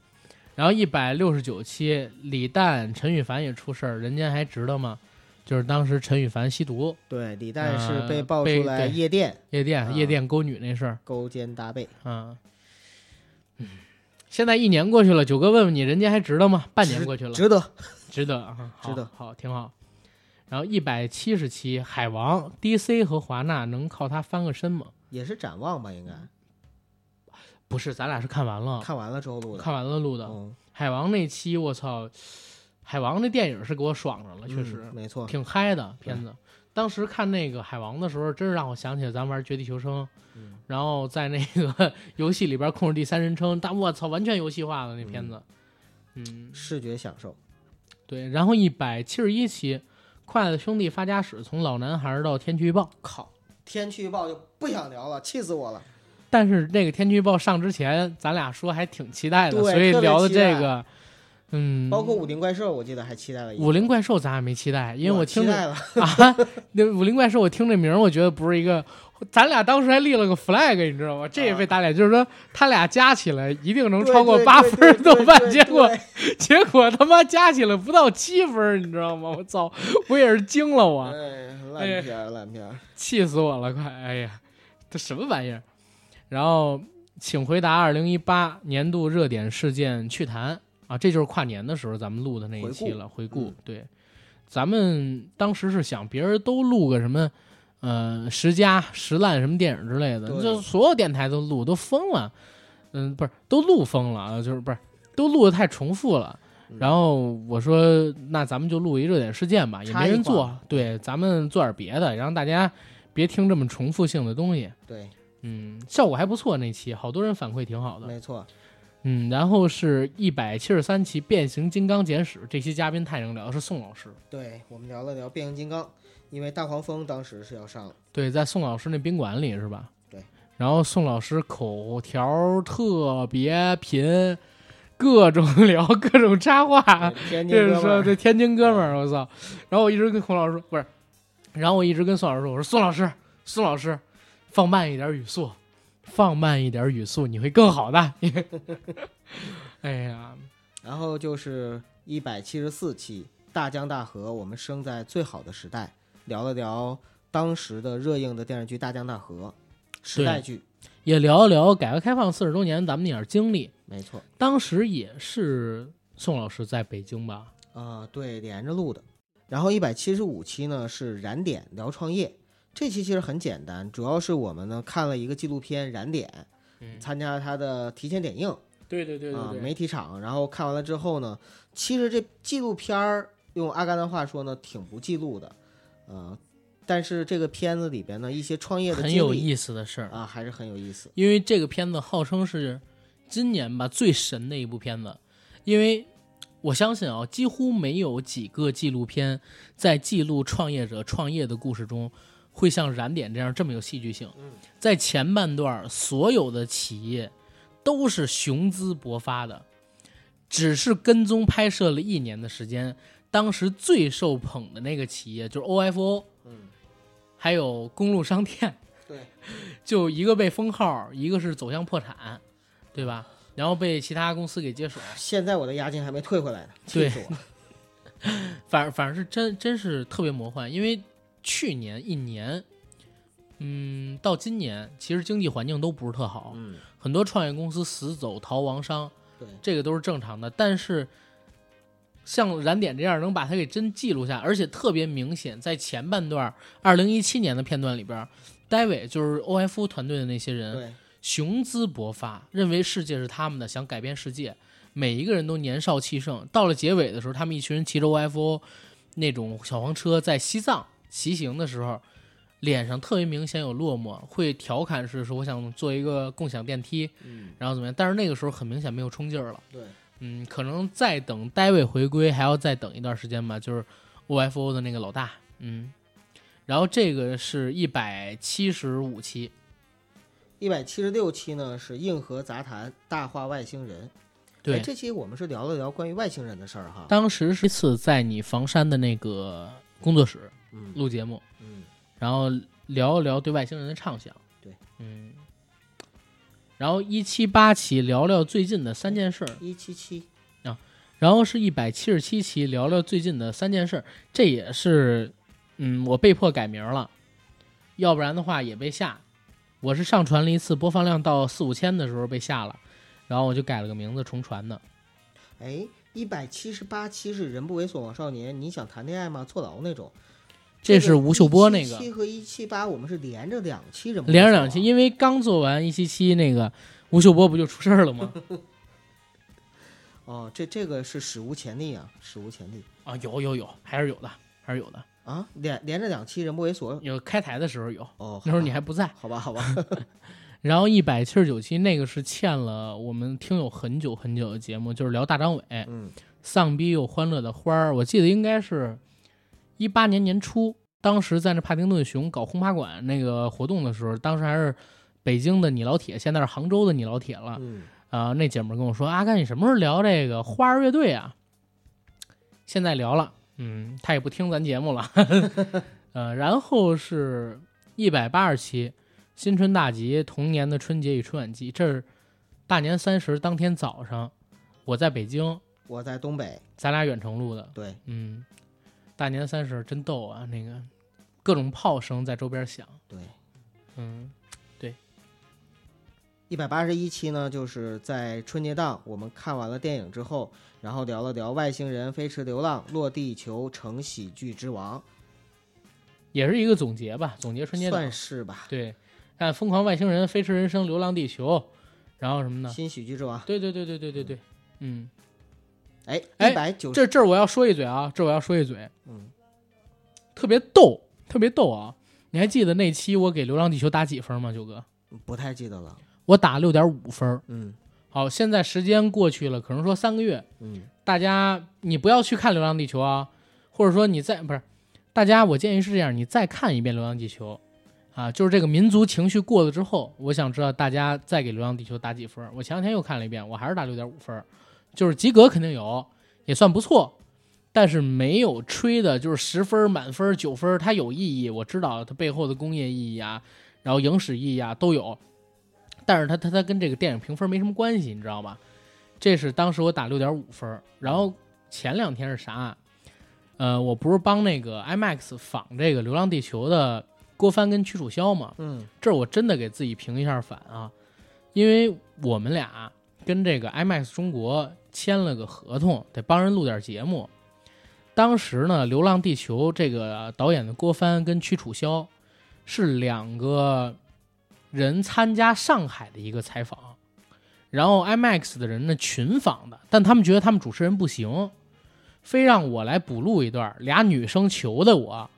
A: 然后一百六十九期，李诞、陈羽凡也出事儿，人间还值得吗？就是当时陈羽凡吸毒，
B: 对，李诞是被
A: 呃
B: 爆
A: 被
B: 出来
A: 对
B: 夜店
A: 夜店、
B: 啊
A: 夜店勾女那事儿，
B: 勾肩搭背，
A: 嗯，现在一年过去了，九哥问问你，人家还值得吗？半年
B: 值
A: 过去了，值
B: 值得。
A: 得啊，好
B: 值得
A: 好，挺好。然后一百七十期，海王 DC 和华纳能靠他翻个身吗？
B: 也是展望吧，应
A: 嗯
B: 该
A: 不是，咱俩是看完了，
B: 看完了之后录的。
A: 看完了录的。
B: 嗯，
A: 海王那期，我操，海王那电影是给我爽着了，
B: 嗯
A: 确实、
B: 没错。
A: 挺嗨的片子。当时看那个海王的时候，真是让我想起了咱玩《绝地求生》
B: 嗯
A: 然后在那个 游戏里边控制第三人称，但我操，完全游戏化了那片子。嗯，
B: 视觉享受，
A: 对。然后一百七十一期，《筷子兄弟发家史》，从老男孩到天气预报。
B: 靠！天气预报就不想聊了，气死我了。
A: 但是那个天气预报上之前，咱俩说还挺期待的，
B: 对
A: 所以
B: 特别
A: 聊的
B: 期待
A: 这个，嗯，
B: 包括《武林怪兽》，我记得还期待了一
A: 武
B: 下
A: 林怪兽，咱俩没期待，因为
B: 我
A: 听
B: 期
A: 着
B: 待了，
A: 啊，那武林怪兽，我听这名儿，我觉得不是一个。咱俩当时还立了个 flag，你知道吗？这也被打脸，就是说他俩加起来一定能
B: 啊对
A: 超过
B: 对
A: 八
B: 对
A: 分
B: 对
A: 儿豆
B: 对
A: 瓣，
B: 对
A: 结果
B: 对
A: 结果他妈加起来不到七分儿，你知道吗？我操，我也是惊了我，
B: 哎，
A: 哎
B: 烂片儿，烂片儿。
A: 气死我了，快！哎呀，这什么玩意儿？然后，请回答二零一八年度热点事件趣谈啊，这就是跨年的时候咱们录的那一期了，回顾。
B: 嗯
A: 对，咱们当时是想别人都录个什么，呃，十佳、十烂什么电影之类的，
B: 对
A: 就所有电台都录，都疯了。嗯，不是，都录疯了啊，就是不是都录的太重复了。
B: 嗯
A: 然后我说，那咱们就录一热点事件吧，也
B: 差
A: 没
B: 异
A: 人
B: 化
A: 做，对，咱们做点别的，让大家别听这么重复性的东西。
B: 对，
A: 嗯，效果还不错，那期好多人反馈挺好的。
B: 没错。
A: 嗯，然后是一百七十三期《变形金刚简史》，这期嘉宾太能聊了，是宋老师。
B: 对我们聊了聊变形金刚，因为大黄蜂当时是要上了，
A: 对，在宋老师那宾馆里是吧？
B: 对。
A: 然后宋老师口条特别贫，各种聊各种插话。
B: 天津
A: 这啊是
B: 哥们
A: 说
B: 儿
A: 这天津哥们儿，我操！然后我一直跟孔老师说，不是，然后我一直跟宋老师说，我说宋老师，宋老师，放慢一点语速，放慢一点语速，你会更好的。 哎呀，
B: 然后就是一百七十四期《大江大河》，我们生在最好的时代，聊了聊当时的热映的电视剧《大江大河》，时代剧，
A: 也聊一聊改革开放四十周年咱们那点儿经历，
B: 没错。
A: 当时也是宋老师在北京吧？
B: 啊，对，连着录的。然后一百七十五期呢是燃点聊创业，这期其实很简单，主要是我们呢看了一个纪录片《燃点》，
A: 嗯
B: 参加了它的提前点映
A: 对对对
B: 啊、媒体场。然后看完了之后呢，其实这纪录片儿用阿甘的话说呢，挺不记录的，呃，但是这个片子里边呢一些创业的
A: 很
B: 经
A: 有
B: 历
A: 意思的事儿，
B: 啊，还是很有意思。
A: 因为这个片子号称是今年吧最神的一部片子，因为我相信啊，几乎没有几个纪录片在记录创业者创业的故事中，会像《燃点》这样这么有戏剧性。在前半段，所有的企业都是雄姿勃发的，只是跟踪拍摄了一年的时间。当时最受捧的那个企业就是 OFO，
B: 嗯，
A: 还有公路商店，
B: 对，
A: 就一个被封号，一个是走向破产，对吧？然后被其他公司给接手，
B: 现在我的押金还没退回来呢，气
A: 对
B: 死我了！
A: 反反而是真真是特别魔幻，因为去年一年，嗯，到今年其实经济环境都不是特好，
B: 嗯，
A: 很多创业公司死走、逃亡商，
B: 对，
A: 这个都是正常的。但是像燃点这样能把它给真记录下，而且特别明显，在前半段二零一七年的片段里边，戴伟就是 OF 团队的那些人，
B: 对，
A: 雄姿勃发，认为世界是他们的，想改变世界。每一个人都年少气盛。到了结尾的时候，他们一群人骑着 OFO 那种小黄车在西藏骑行的时候，脸上特别明显有落寞，会调侃是说我想做一个共享电梯，
B: 嗯，
A: 然后怎么样？但是那个时候很明显没有冲劲儿了。
B: 对，
A: 嗯，可能再等戴维回归还要再等一段时间吧，就是 OFO 的那个老大，嗯，然后这个是一百七十五期，
B: 一百七十六期呢是硬核杂谈大话外星人。哎
A: 对，
B: 这期我们是聊了聊关于外星人的事儿哈。
A: 当时是一次在你房山的那个工作室
B: 嗯
A: 录节目，
B: 嗯，
A: 然后聊一聊对外星人的畅想，
B: 对，
A: 嗯，然后一七八期聊聊最近的三件事儿，
B: 一七七，
A: 然后是一百七十七期，聊聊最近的三件事儿。这也是，嗯，我被迫改名了，要不然的话也被下。我是上传了一次，播放量到四五千的时候被下了，然后我就改了个名字重传的。
B: 哎，一百七十八期是人不猥琐枉少年，你想谈恋爱吗？坐牢那种。
A: 这是吴秀波那个
B: 七和一七八，我们是连着两期人不
A: 嗯
B: 猥琐
A: 连着两期，
B: 啊
A: 因为刚做完一期期那个吴秀波不就出事儿了吗？
B: 哦，这这个是史无前例啊，史无前例
A: 啊，有有有，还是有的，还是有的。
B: 啊！连连着两期人不猥琐
A: 有开台的时候有，
B: 哦，
A: 那时候你
B: 还
A: 还不在。
B: 好吧好 吧，
A: 然后一百七十九期那个是欠了我们听友很久很久的节目，就是聊大张伟。
B: 嗯，
A: 丧逼又欢乐的花儿，我记得应该是一八年年初，当时在那帕丁顿熊搞轰趴馆那个活动的时候，当时还是北京的你老铁，现在是杭州的你老铁了。
B: 嗯，
A: 啊、那姐们儿跟我说：“阿、甘，你什么时候聊这个花儿乐队啊？”现在聊了，嗯，他也不听咱节目 了。呃，然后是一百八十期《新春大吉：童年的春节与春晚季》，这是大年三十当天早上，我在北京，
B: 我在东北，
A: 咱俩远程录的，
B: 对，
A: 嗯，大年三十真逗啊，那个各种炮声在周边响。
B: 对，
A: 嗯，
B: 一百八十一期呢，就是在春节档我们看完了电影之后，然后聊了聊外星人、飞驰流浪、落地球、成喜剧之王，
A: 也是一个总结吧，总结春节档
B: 算。是吧？
A: 对，看《疯狂外星人》《飞驰人生》《流浪地球》，然后什么呢？
B: 新喜剧之王，
A: 对对对对对对对，嗯，
B: 哎，
A: 哎
B: 一百九十，
A: 这这儿我要说一嘴啊，这儿我要说一嘴，
B: 嗯，
A: 特别逗，特别逗啊！你还记得那期我给《流浪地球》打几分吗，九哥？
B: 嗯不太记得了，
A: 我打六点五分儿。
B: 嗯
A: 好，现在时间过去了，可能说三个月，
B: 嗯，
A: 大家你不要去看《流浪地球》啊，或者说你再不是，大家我建议是这样，你再看一遍《流浪地球》，啊，就是这个民族情绪过了之后，我想知道大家再给《流浪地球》打几分。我前两天又看了一遍，我还是打六点五分，就是及格肯定有，也算不错，但是没有吹的就是十分满分九分，它有意义，我知道它背后的工业意义啊，然后影史意义啊都有，但是它它它跟这个电影评分没什么关系，你知道吗？这是当时我打六点五分儿，然后前两天是啥？啊呃，我不是帮那个 IMAX 仿这个《流浪地球》的郭帆跟屈楚萧嘛？
B: 嗯，
A: 这我真的给自己平一下反啊，因为我们俩跟这个 IMAX 中国签了个合同，得帮人录点节目。当时呢，《流浪地球》这个导演的郭帆跟屈楚萧是两个人参加上海的一个采访，然后 IMAX 的人呢群访的，但他们觉得他们主持人不行，非让我来补录一段，俩女生求的我。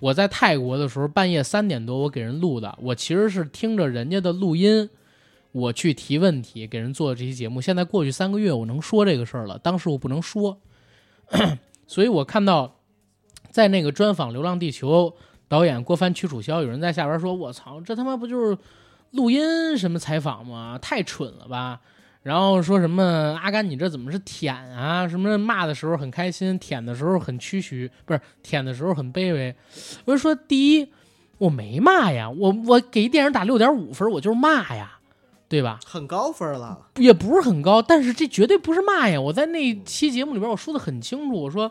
A: 我在泰国的时候半夜三点多，我给人录的，我其实是听着人家的录音，我去提问题，给人做这期节目。现在过去三个月，我能说这个事儿了，当时我不能说， 所以我看到在那个专访《流浪地球》导演郭帆、屈楚萧，有人在下边说：“我操，这他妈不就是录音什么采访吗？太蠢了吧！”然后说什么阿甘，你这怎么是舔啊？什么骂的时候很开心，舔的时候很屈虚，不是舔的时候很卑微。我就说，第一，我没骂呀，我我给电影打六点五分，我就是骂呀，对吧？
B: 很高分了，
A: 也不是很高，但是这绝对不是骂呀。我在那期节目里边我说的很清楚，我说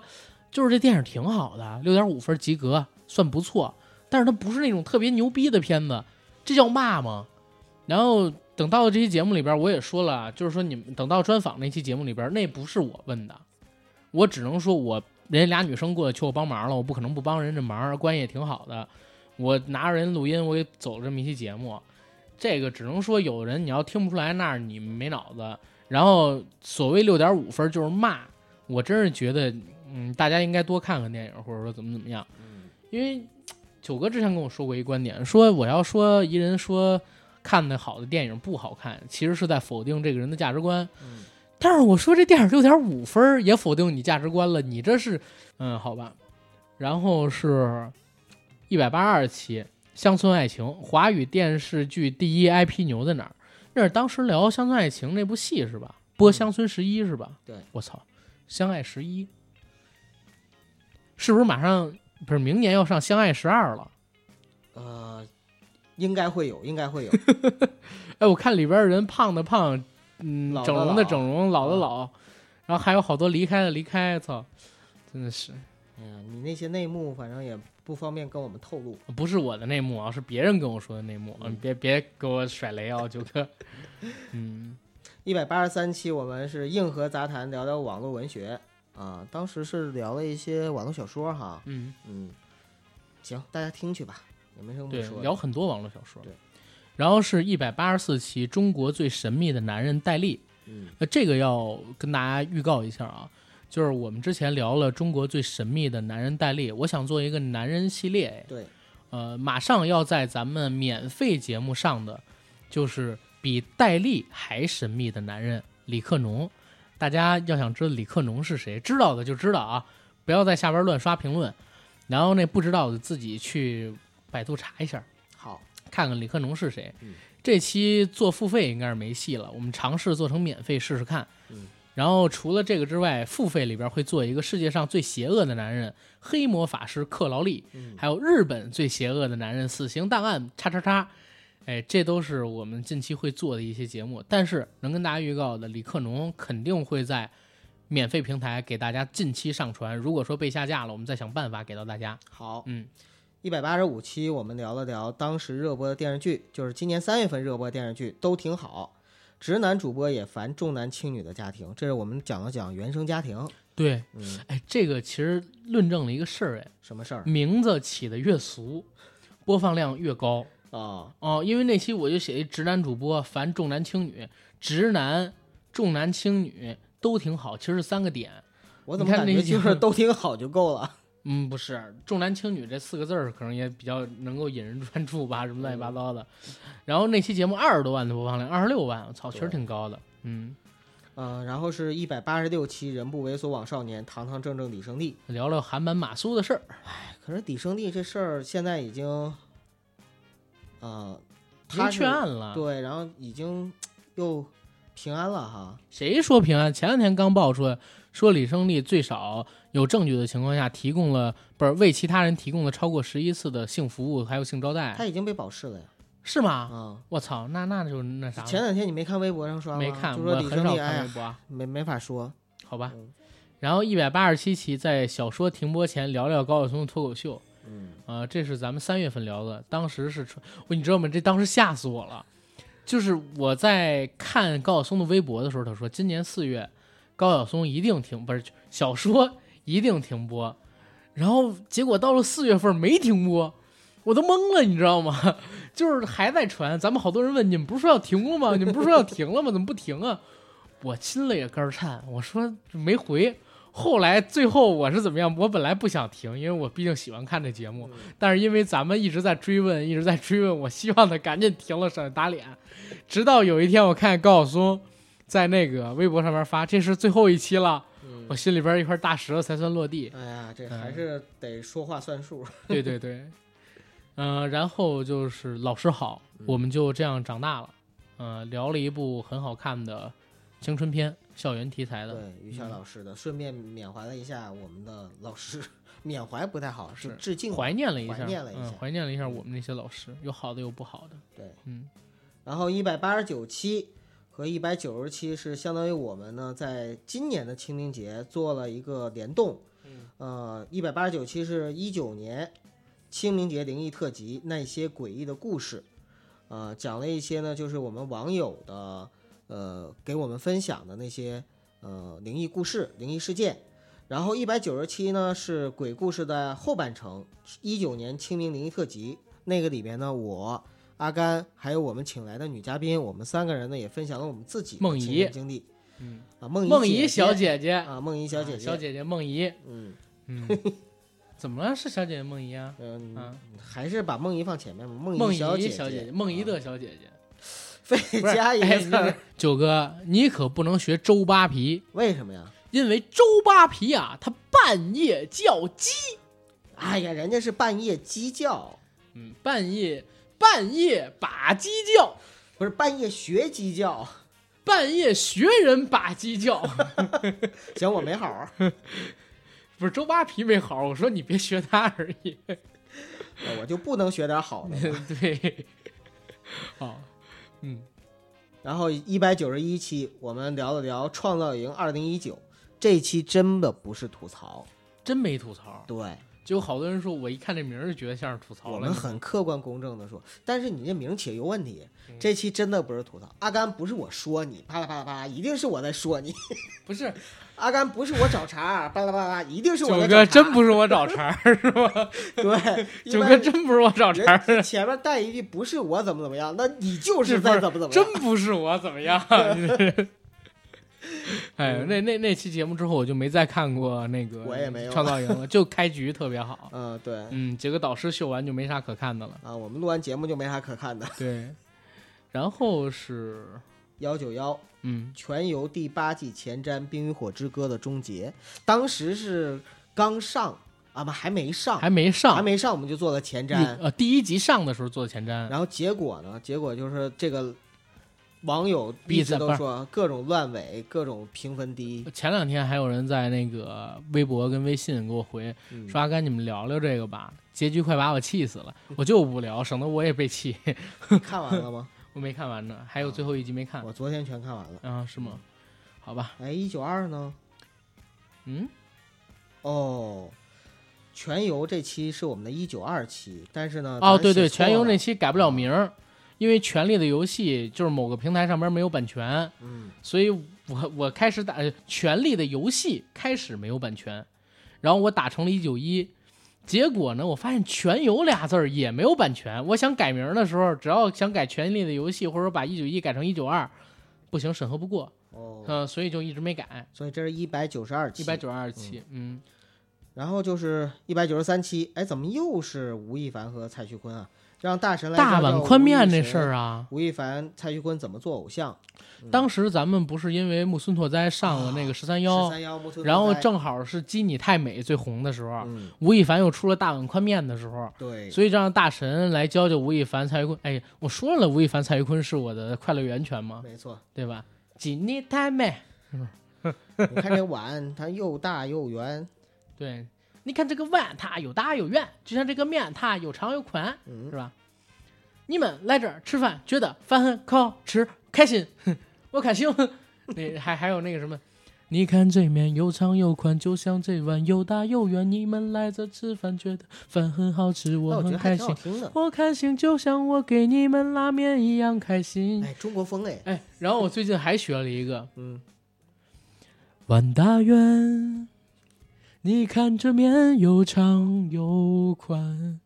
A: 就是这电影挺好的，六点五分及格，算不错。但是它不是那种特别牛逼的片子，这叫骂吗？然后等到这期节目里边，我也说了啊，就是说你们等到专访那期节目里边，那不是我问的，我只能说我人家俩女生过来求我帮忙了，我不可能不帮人这忙，关系也挺好的。我拿着人录音，我给走了这么一期节目，这个只能说有人你要听不出来，那是你没脑子。然后所谓六点五分就是骂，我真是觉得，嗯，大家应该多看看电影，或者说怎么怎么样，因为九哥之前跟我说过一观点，说我要说一人说看的好的电影不好看，其实是在否定这个人的价值观。
B: 嗯
A: 但是我说这电影六点五分儿也否定你价值观了，你这是嗯好吧。然后是一百八十二期《乡村爱情》，华语电视剧第一 IP 牛在哪儿？那是当时聊《乡村爱情》那部戏是吧？播《乡村十一》是吧？
B: 嗯对
A: 我操，《相爱十一》是不是马上不是明年要上《相爱十二》了？
B: 呃，应该会有，应 该会有。
A: 哎，我看里边人胖的胖，嗯
B: 老，的
A: 整容
B: 老嗯
A: 的整容，老的老，然后还有好多离开的离开，操，真的是
B: 哎呀，你那些内幕反正也不方便跟我们透露。
A: 不是我的内幕啊，是别人跟我说的内幕，
B: 嗯
A: 嗯、别别给我甩雷啊，九哥， 嗯，
B: 一百八十三期我们是硬核杂谈，聊聊网络文学啊，当时是聊了一些网络小说哈，
A: 嗯，
B: 嗯，行，大家听去吧，也没什么
A: 对
B: 可说，
A: 聊
B: 的。
A: 很多网络小说，
B: 对，
A: 然后是一百八十四期《中国最神秘的男人》戴笠，
B: 嗯
A: 呃，这个要跟大家预告一下啊，就是我们之前聊了中国最神秘的男人戴笠，我想做一个男人系列，哎
B: 对，
A: 呃，马上要在咱们免费节目上的，就是比戴笠还神秘的男人李克农。大家要想知道李克农是谁，知道的就知道啊，不要在下边乱刷评论。然后那不知道的自己去百度查一下，
B: 好，
A: 看看李克农是谁。
B: 嗯
A: 这期做付费应该是没戏了，我们尝试做成免费试试看。
B: 嗯
A: 然后除了这个之外，付费里边会做一个世界上最邪恶的男人——黑魔法师克劳利。
B: 嗯，
A: 还有日本最邪恶的男人死刑档案叉叉叉，哎，这都是我们近期会做的一些节目。但是能跟大家预告的，李克农肯定会在免费平台给大家近期上传。如果说被下架了，我们再想办法给到大家。
B: 好，
A: 嗯，
B: 一百八十五期我们聊了聊当时热播的电视剧，就是今年三月份热播的电视剧都挺好。直男主播也烦重男轻女的家庭，这是我们讲了讲原生家庭，
A: 对，
B: 嗯，
A: 哎，这个其实论证了一个事儿，哎，
B: 什么事儿
A: 名字起的越俗，播放量越高。
B: 啊？
A: 哦，因为那期我就写一直男主播，凡重男轻女，直男、重男轻女都挺好，其实是三个点。
B: 我怎
A: 你
B: 么
A: 看
B: 感
A: 那
B: 觉
A: 一集
B: 就是都挺好就够了？
A: 嗯，不是“重男轻女”这四个字儿，可能也比较能够引人专注吧，什么乱七八糟的。然后那期节目二十多万的播放量，二十六万，我操，确实
B: 对
A: 挺高的。嗯，
B: 嗯、然后是一百八十六期《人不为所往少年》，堂堂正正李胜利。哎
A: 聊聊韩版马苏的事儿，
B: 可是李胜利这事儿现在已经，呃，
A: 已经
B: 他是
A: 确案了。
B: 对，然后已经又平安了哈。
A: 谁说平安？前两天刚爆出来，说李胜利最少有证据的情况下，提供了不是为其他人提供了超过十一次的性服务，还有性招
B: 他
A: 待，
B: 已经被保释了呀。
A: 是吗？
B: 啊、
A: 我操，那那就那啥了，
B: 前两天你没看微博上刷吗？
A: 没看，
B: 就
A: 我
B: 说李
A: 很
B: 胜
A: 少
B: 利，哎
A: 看微
B: 呀，
A: 博啊。
B: 没没法说。
A: 好吧
B: 嗯。
A: 然后一百八十七期在小说停播前聊聊高晓松的脱口秀，
B: 嗯，
A: 啊，这是咱们三月份聊的，当时是传，我你知道吗？这当时吓死我了，就是我在看高晓松的微博的时候，他说今年四月高晓松一定停，不是小说一定停播，然后结果到了四月份没停播，我都懵了，你知道吗？ 就是还在传，咱们好多人问你们不是说要停了吗？你们不是说要停了吗？怎么不停啊？我心里也肝儿颤，我说没回。后来最后我是怎么样？我本来不想停，因为我毕竟喜欢看这节目，但是因为咱们一直在追问，一直在追问，我希望他赶紧停了，省得打脸。直到有一天，我看高晓松在那个微博上面发，这是最后一期了，
B: 嗯
A: 我心里边一块大石头才算落 地。
B: 哎呀，这
A: 嗯
B: 还是得说话算数。
A: 对对对，嗯、然后就是老师好，我们就这样长大了，嗯、聊了一部很好看的青春片，校园题材的，
B: 对，于谦老师的，顺便缅怀了一下我们的老师，缅怀不太好，
A: 是
B: 是致敬。
A: 怀念了一下，
B: 怀念了一
A: 嗯
B: 下，
A: 怀念了一下我们那些老师，有好的有不好的，
B: 对，
A: 嗯，
B: 然后一百八十九期和一百九十期是相当于我们呢在今年的清明节做了一个联动，
A: 嗯
B: 呃，一百八十九期是一九年清明节灵异特辑《那些诡异的故事》，呃，讲了一些呢，就是我们网友的呃给我们分享的那些呃灵异故事、灵异事件。然后一百九十七呢是鬼故事的后半程，一九年清明灵异特辑那个里边呢，我阿甘还有我们请来的女嘉宾，我们三个人呢也分享了我们自己的
A: 梦
B: 亲
A: 怡
B: 身经历
A: 嗯，
B: 啊，梦
A: 梦
B: 怡
A: 怡小
B: 姐
A: 姐姐，
B: 姐啊，梦怡小姐
A: 啊
B: 姐，
A: 小姐姐梦怡，
B: 嗯。
A: 嗯， 怎么了？是小姐姐梦怡啊？
B: 嗯
A: 啊，
B: 还是把梦怡放前面吧。梦
A: 梦
B: 怡
A: 怡小
B: 姐
A: 姐，梦怡
B: 啊
A: 的小姐姐，
B: 非
A: 不是
B: 加一
A: 哎
B: 个字儿，
A: 九哥，你可不能学周扒皮，
B: 为什么呀？
A: 因为周扒皮啊，他半夜叫鸡，
B: 哎呀，人家是半夜鸡叫，
A: 嗯，半夜半夜把鸡叫，
B: 不是半夜学鸡叫。
A: 半夜学人把鸡叫，
B: 行，我没好儿。
A: 不是周扒皮没好，我说你别学他而已。
B: 我就不能学点好的 吗。
A: 对，好，嗯，
B: 然后一百九十一期，我们聊了聊《创造营二零一九》，这一期真的不是吐槽，
A: 真没吐槽，
B: 对
A: 就好多人说我一看这名儿就觉得像是吐槽
B: 我
A: 了
B: 们。很客观公正的说，但是你这名起有问题
A: 嗯。
B: 这期真的不是吐槽，阿甘不是我说你，啪啦啪啦啪啦，一定是我在说你。
A: 不是
B: 阿甘不是我找茬儿，巴拉巴拉，一定是我
A: 九
B: 在
A: 哥，
B: 找茬
A: 真不是我 找茬儿是吧？
B: 儿。 对，
A: 九
B: 一
A: 哥
B: 般
A: 真不是我找茬儿
B: 人，前面带一句不是我怎么怎么样，那你就
A: 这
B: 是
A: 不是
B: 在怎么怎么样。
A: 真不是我怎么样？ 哎呀，那那那期节目之后，我就没再看过那个，
B: 嗯我也没有
A: 创造营了，就开局特别好。
B: 嗯，对
A: 嗯，几个导师秀完就没啥可看的了。
B: 啊，我们录完节目就没啥可看的。
A: 对，然后是
B: 幺九幺
A: 嗯，
B: 全游第八季前瞻《冰与火之歌》的终结，当时是刚上啊不还没上，
A: 还没上，
B: 还没上，我们就做了前瞻
A: 嗯。呃，第一集上的时候做的前瞻，
B: 然后结果呢？结果就是这个网友
A: 闭
B: 一
A: 嘴
B: 直
A: 不
B: 都
A: 是
B: 说各种乱尾，各种评分低，
A: 前两天还有人在那个微博跟微信给我回
B: 嗯
A: 说：“阿甘，你们聊聊这个吧，结局快把我气死了，我就无聊，省得我也被气。
B: 你看完了吗？”
A: 我没看完呢，还有最后一集没 看
B: 我昨天全看完了。
A: 啊？是
B: 嗯
A: 吗？好吧，
B: 哎，一九二呢？
A: 嗯，
B: 哦，全游这期是我们的一九二期，但是呢，
A: 哦，
B: 咱
A: 对对，
B: 啊写错
A: 全游
B: 了
A: 那期改不了名儿，因为《权力的游戏》就是某个平台上边没有版权，
B: 嗯，
A: 所以我我开始打呃《权力的游戏》开始没有版权，然后我打成了一九一，结果呢，我发现“全游”俩字儿也没有版权。我想改名儿的时候，只要想改《权力的游戏》，或者说把一九一改成一九二，不行，审核不过，
B: 哦，
A: 嗯、所以就一直没改。
B: 所以这是一百九十二期，
A: 一百，九十二期，嗯，
B: 然后就是一百九十三期，哎，怎么又是吴亦凡和蔡徐坤啊？让大神来
A: 大
B: 教教
A: 碗宽面
B: 吴亦
A: 这
B: 神
A: 事儿，啊，
B: 吴亦凡、蔡徐坤怎么做偶像？
A: 当时咱们不是因为木村拓哉上了那个十三
B: 十
A: 幺，
B: 三幺木村拓哉，
A: 然后正好是《基你太美》最红的时候，
B: 嗯，
A: 吴亦凡又出了大碗宽面的时候，
B: 对，
A: 所以让大神来教教吴亦凡、蔡徐坤。哎，我说了，吴亦凡、蔡徐坤是我的快乐源泉嘛，
B: 没错。
A: 对吧？锦鲤太美，
B: 你看这碗，它又大又圆，
A: 对，你看这个碗它有大有圆，就像这个面它有长有宽，
B: 嗯
A: 是吧？你们来这儿吃饭，觉得饭很好吃，开心， 哼我开心。那还还有那个什么，你看这面又长又宽，就像这碗又大又圆。你们来这吃饭，觉得饭很好吃，
B: 那
A: 我
B: 我觉
A: 很
B: 得
A: 开
B: 还挺
A: 心
B: 好。听的。
A: 我开心就像我给你们拉面一样开心。
B: 哎，中国风哎，
A: 哎，然后我最近还学了一个
B: 嗯，
A: 碗大圆，你看这面又长又宽，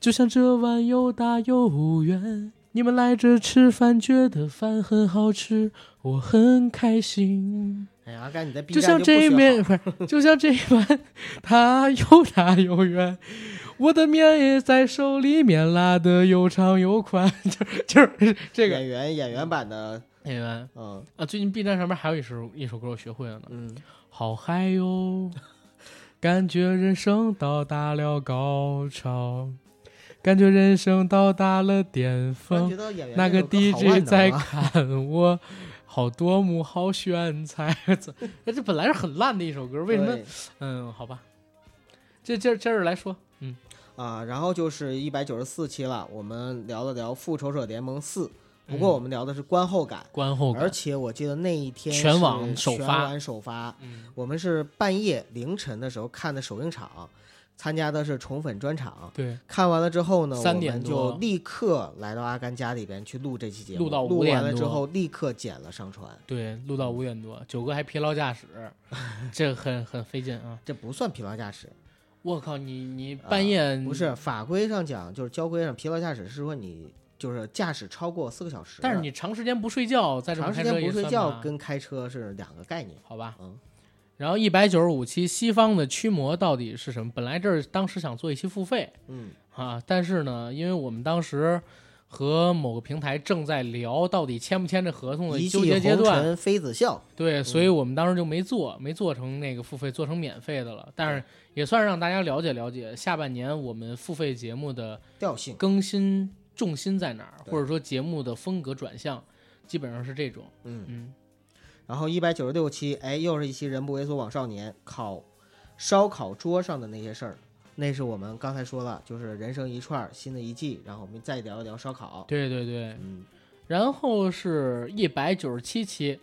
A: 就像这碗又大又圆。你们来这吃饭，觉得饭很好吃，我很开心。
B: 哎呀，阿甘你在 B
A: 就
B: 站
A: 像
B: 不
A: 这
B: 学
A: 面
B: 好
A: 不是，就像这碗，它又大又圆，我的面也在手里面拉的又长又宽，就是就是这个。
B: 演员演员版的，
A: 演员
B: 嗯
A: 啊，最近 B 站上面还有一首一首歌我学会了呢，
B: 嗯，
A: 好嗨哟，感觉人生到达了高潮，感觉人生到达了巅
B: 突然
A: 峰，
B: 觉得演员
A: 那个
B: 这首歌好
A: DJ
B: 万能
A: 在
B: 啊
A: 看我，好夺目，好炫彩， 哎这这本来是很烂的一首歌，为什么？
B: 对
A: 嗯，好吧，这今儿今儿来说，嗯，
B: 啊？然后就是一百九十四期了，我们聊了聊《复仇者联盟四》不过
A: 嗯
B: 我们聊的是观后感，
A: 观后
B: 而
A: 感，
B: 且我记得那一天
A: 全
B: 是
A: 网首
B: 全
A: 发
B: 网首发，
A: 嗯，
B: 我们是半夜凌晨的时候看的首映场，参加的是宠粉专场。
A: 对，
B: 看完了之后呢，
A: 三
B: 我
A: 点
B: 们
A: 多
B: 就立刻来到阿甘家里边去录这期节目，
A: 录到五
B: 完
A: 点
B: 了之
A: 多
B: 后立刻剪了上传，
A: 对，录到五点多，九哥还疲劳驾 驶，这很很费劲 啊！
B: 这不算疲劳驾驶。
A: 我靠，你你
B: 呃
A: 半夜、
B: 不是，法规上讲，就是交规上疲劳驾驶是说你就是驾驶超过四个小时的，
A: 但是你长时间不睡觉，在这
B: 长
A: 种
B: 时
A: 开车
B: 间
A: 也
B: 不睡
A: 算
B: 觉
A: 吧
B: 跟开车是两个概念。
A: 好吧。
B: 嗯，
A: 然后一百九十五期西方的驱魔到底是什么？本来这儿当时想做一期付费
B: 嗯，
A: 啊，但是呢，因为我们当时和某个平台正在聊到底签不签这合同的
B: 一骑
A: 纠结阶
B: 红
A: 段，
B: 尘妃子笑，
A: 对，所以我们当时就没做，没做成那个付费，做成免费的了。但是也算是让大家了解了解下半年我们付费节目的
B: 调性
A: 更新重心在哪儿，
B: 对
A: 或者说节目的风格转向，基本上是这种。
B: 嗯
A: 嗯，
B: 然后一百九十六期，哎，又是一期《人不猥琐枉少年》烤烧烤桌上的那些事儿，那是我们刚才说了，就是人生一串儿新的一季，然后我们再聊一聊烧烤。
A: 对对对。
B: 嗯，
A: 然后是一百九十七期《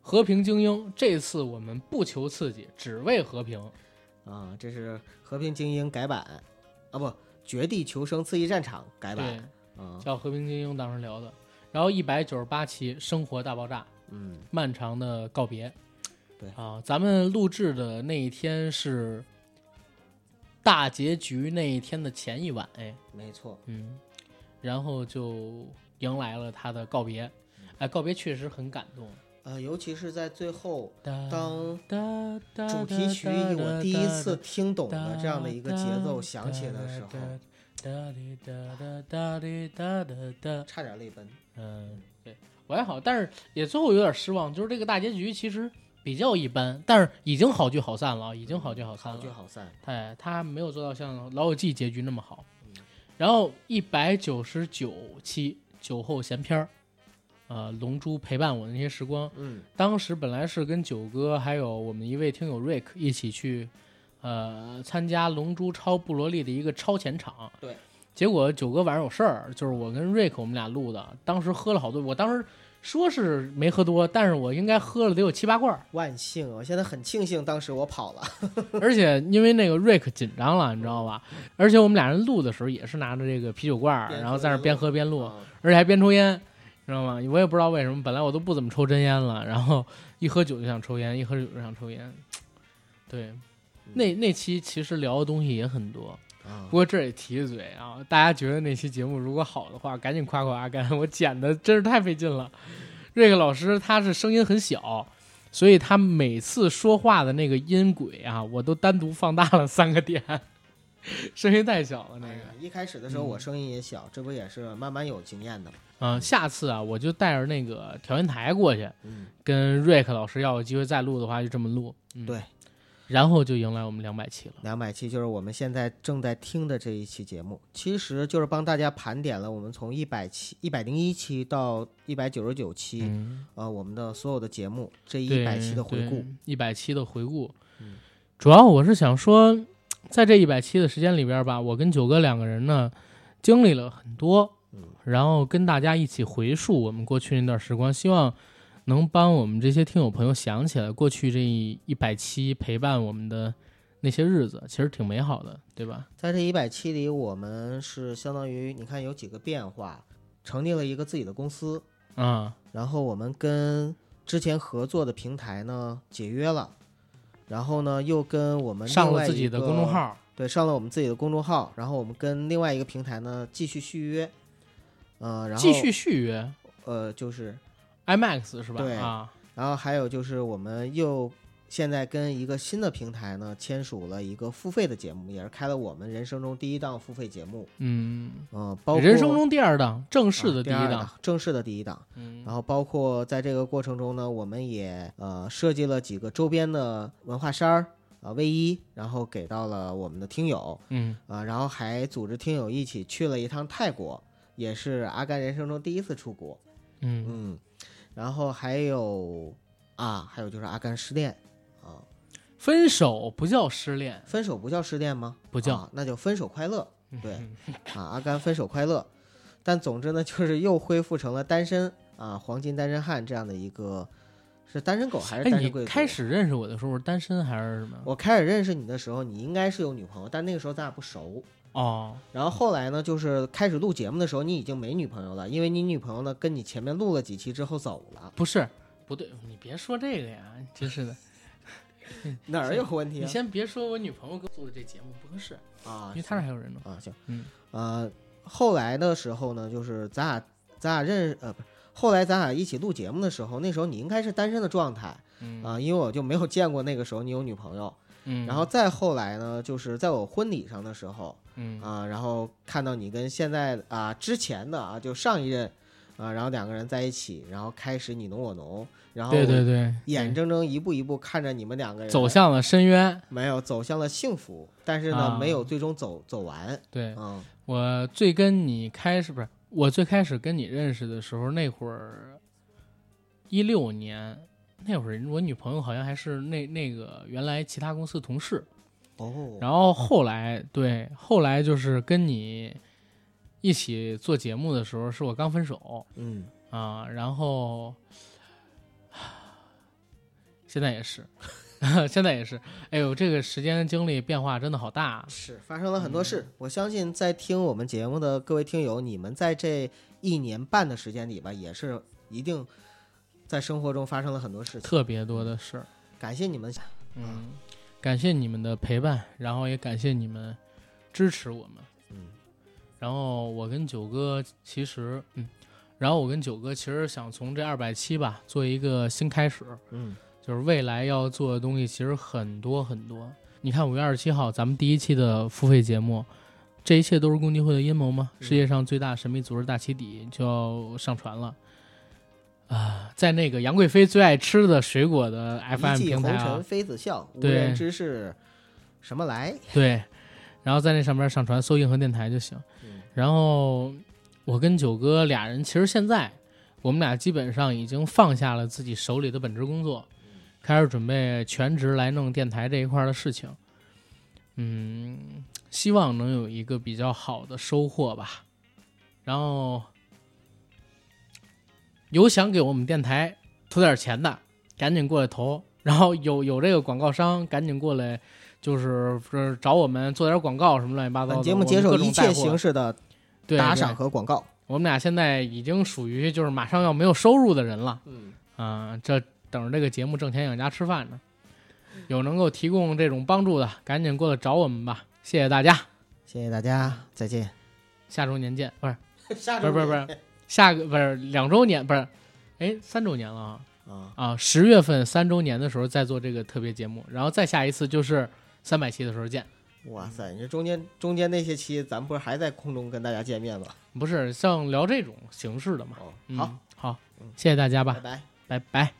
A: 和平精英》，这次我们不求刺激，只为和平。
B: 啊，这是《和平精英》改版啊，不，《绝地求生：刺激战场》改
A: 对
B: 版，啊，
A: 叫《和平精英》，当时聊的。然后一百九十八期《生活大爆炸》。
B: 嗯，
A: 漫长的告别。
B: 对
A: 啊，咱们录制的那一天是大结局那一天的前一晚，哎，
B: 没错，
A: 嗯，然后就迎来了他的告别。哎，告别确实很感动。
B: 呃，尤其是在最后，
A: 当
B: 当
A: 当
B: 主题曲以我第一次听懂的这样的一个节奏响起的
A: 嗯
B: 时候，差点泪奔。
A: 嗯，对我还好，但是也最后有点失望，就是这个大结局其实比较一般，但是已经好聚好散了，已经好聚好散
B: 好
A: 了
B: 聚。好散，
A: 哎，他没有做到像《老友记》结局那么好。然后一百九十九期酒后闲篇儿，呃，《龙珠》陪伴我的那些时光，
B: 嗯，
A: 当时本来是跟九哥还有我们一位听友 Rick 一起去，呃，参加《龙珠超布罗利》的一个超前场。
B: 对。
A: 结果九哥晚上有事儿，就是我跟 Rick 我们俩录的，当时喝了好多，我当时说是没喝多，但是我应该喝了得有七八罐儿，
B: 万幸，我现在很庆幸当时我跑 了。
A: 而且因为那个瑞克紧张了，你知道吧？而且我们俩人录的时候也是拿着这个啤酒罐儿，
B: 边喝
A: 然后在那儿边喝边录，
B: 啊
A: 而且还边抽烟，知道吗？我也不知道为什么，本来我都不怎么抽真烟了，然后一喝酒就想抽烟，一喝酒就想抽烟。对，
B: 嗯
A: 那那期其实聊的东西也很多，
B: 啊
A: 不过这也提一嘴啊，大家觉得那期节目如果好的话，赶紧夸夸阿甘，我剪的真是太费劲了。瑞克老师他是声音很小，所以他每次说话的那个音轨啊，我都单独放大了三个点，声音太小了那
B: 哎
A: 个
B: 呀。一开始的时候我声音也小，这不也是慢慢有经验的吗？
A: 嗯、下次啊，我就带着那个调音台过去，
B: 嗯，
A: 跟瑞克老师要有机会再录的话，就这么录。嗯、
B: 对，
A: 然后就迎来我们两百期了。
B: 两百期就是我们现在正在听的这一期节目，其实就是帮大家盘点了我们从一百期、一百零一期到一百九十九期，
A: 嗯。
B: 呃，我们的所有的节目这一百期的回顾，，嗯
A: 一百期的回顾。主要我是想说，在这一百期的时间里边吧，我跟九哥两个人呢，经历了很多，
B: 嗯
A: 然后跟大家一起回溯我们过去那段时光，希望能帮我们这些听友朋友想起来过去这一百期陪伴我们的那些日子，其实挺美好的，对吧？
B: 在这一百期里，我们是相当于你看有几个变化，成立了一个自己的公司，
A: 啊、
B: 然后我们跟之前合作的平台呢解约了，然后呢又跟我们
A: 上
B: 另
A: 了
B: 外
A: 自
B: 一
A: 己的
B: 个
A: 公众，号，
B: 对，上了我们自己的公众号，然后我们跟另外一个平台呢继续续约，呃，然后
A: 继续续约
B: 呃就是，
A: IMAX 是吧？
B: 对
A: 啊，
B: 然后还有就是我们又。现在跟一个新的平台呢签署了一个付费的节目，也是开了我们人生中第一档付费节目。
A: 嗯，
B: 嗯，包括
A: 人生中第二档，正式
B: 啊
A: 的第一
B: 二
A: 档，
B: 正式的第一档。
A: 嗯
B: 然后包括在这个过程中呢，我们也呃设计了几个周边的文化衫儿啊、卫衣，然后给到了我们的听友
A: 嗯，
B: 啊、然后还组织听友一起去了一趟泰国，也是阿甘人生中第一次出国。
A: 嗯
B: 嗯，然后还有啊，还有就是阿甘失恋啊，
A: 分手不叫失恋，
B: 分手不叫失恋吗？
A: 不叫嗯
B: 啊那就分手快乐。对，啊，阿甘分手快乐。但总之呢，就是又恢复成了单身啊，黄金单身汉这样的一个，是单身狗还是
A: 哎，
B: 单
A: 你
B: 身贵族？
A: 开始认识我的时候是单身还是什么？
B: 我开始认识你的时候，你应该是有女朋友，但那个时候咱俩不熟。
A: 哦，
B: 然后后来呢，就是开始录节目的时候，你已经没女朋友了，因为你女朋友呢跟你前面录了几期之后走了，
A: 不是，不对，你别说这个呀，真 是的。
B: 哪儿有问题
A: 你先别说我女朋友给我做的这节目不合适，
B: 啊？啊，
A: 因为她那儿还有人呢。
B: 啊，行，
A: 嗯，
B: 呃，后来的时候呢，就是咱俩咱俩认识呃不是，后来咱俩一起录节目的时候，那时候你应该是单身的状态
A: 嗯
B: 啊，因为我就没有见过那个时候你有女朋友。
A: 嗯，
B: 然后再后来呢，就是在我婚礼上的时候
A: 嗯
B: 啊，然后看到你跟现在啊之前的啊就上一任啊，然后两个人在一起，然后开始你侬我侬，然后
A: 对对
B: 我
A: 对，
B: 眼
A: 对
B: 睁睁一步一步看着你们两个人
A: 走向了深渊。
B: 没有走向了幸福，但是呢、
A: 啊
B: 没有最终走走完，
A: 对
B: 嗯。
A: 我最跟你开始不是我最开始跟你认识的时候，那会儿一六年，那会儿我女朋友好像还是那那个原来其他公司的同事，
B: 哦，
A: 然后后来对后来就是跟你一起做节目的时候，是我刚分手
B: 嗯，
A: 啊，然后啊现在也是。 现在也是， 哎呦，这个时间经历变化真的好大啊，
B: 是发生了很多事。
A: 嗯
B: 我相信在听我们节目的各位听友，你们在这一年半的时间里吧，也是一定在生活中发生了很多事情。
A: 特别多的事儿。
B: 感谢你们，
A: 嗯，感谢你们的陪伴，然后也感谢你们支持我们。
B: 嗯，
A: 然后我跟九哥其实，嗯，然后我跟九哥其实想从这二百七吧做一个新开始，
B: 嗯，
A: 就是未来要做的东西其实很多很多。你看五月二十七号咱们第一期的付费节目，这一切都是共济会的阴谋吗？
B: 嗯
A: 世界上最大神秘组织大起底就要上传了。啊，在那个杨贵妃最爱吃的水果的
B: 一
A: FM
B: 骑
A: 平
B: 红
A: 台啊
B: 尘，妃子笑，无
A: 对
B: 人知是什么来。
A: 对，然后在那上面上传搜硬核电台就行。
B: 嗯
A: 然后我跟九哥俩人，其实现在我们俩基本上已经放下了自己手里的本职工作，开始准备全职来弄电台这一块儿的事情。嗯，希望能有一个比较好的收获吧。然后有想给我们电台投点钱的，赶紧过来投。然后有有这个广告商，赶紧过来，就是是找我们做点广告什么乱七八糟的。
B: 本节
A: 我
B: 目
A: 们
B: 接受
A: 各种
B: 一
A: 带
B: 切
A: 货
B: 形式的
A: 对
B: 打
A: 对
B: 赏和广告。
A: 我们俩现在已经属于就是马上要没有收入的人了，
B: 嗯，
A: 啊、这等着这个节目挣钱养家吃饭呢。有能够提供这种帮助的，赶紧过来找我们吧，谢谢大家，
B: 谢谢大家，再见。
A: 下周年见，不是
B: 下
A: 不是不是不是，下个不是两周年，不是，哎，三周年了啊
B: 啊，
A: 啊，十月份三周年的时候再做这个特别节目，然后再下一次就是三百期的时候见，
B: 哇塞，你这中间中间那些期，咱不是还在空中跟大家见面吗？
A: 不是像聊这种形式的嘛，
B: 哦，
A: 嗯
B: 好，，
A: 好
B: 嗯，
A: 谢谢大家
B: 拜
A: 吧，
B: 拜。
A: 拜拜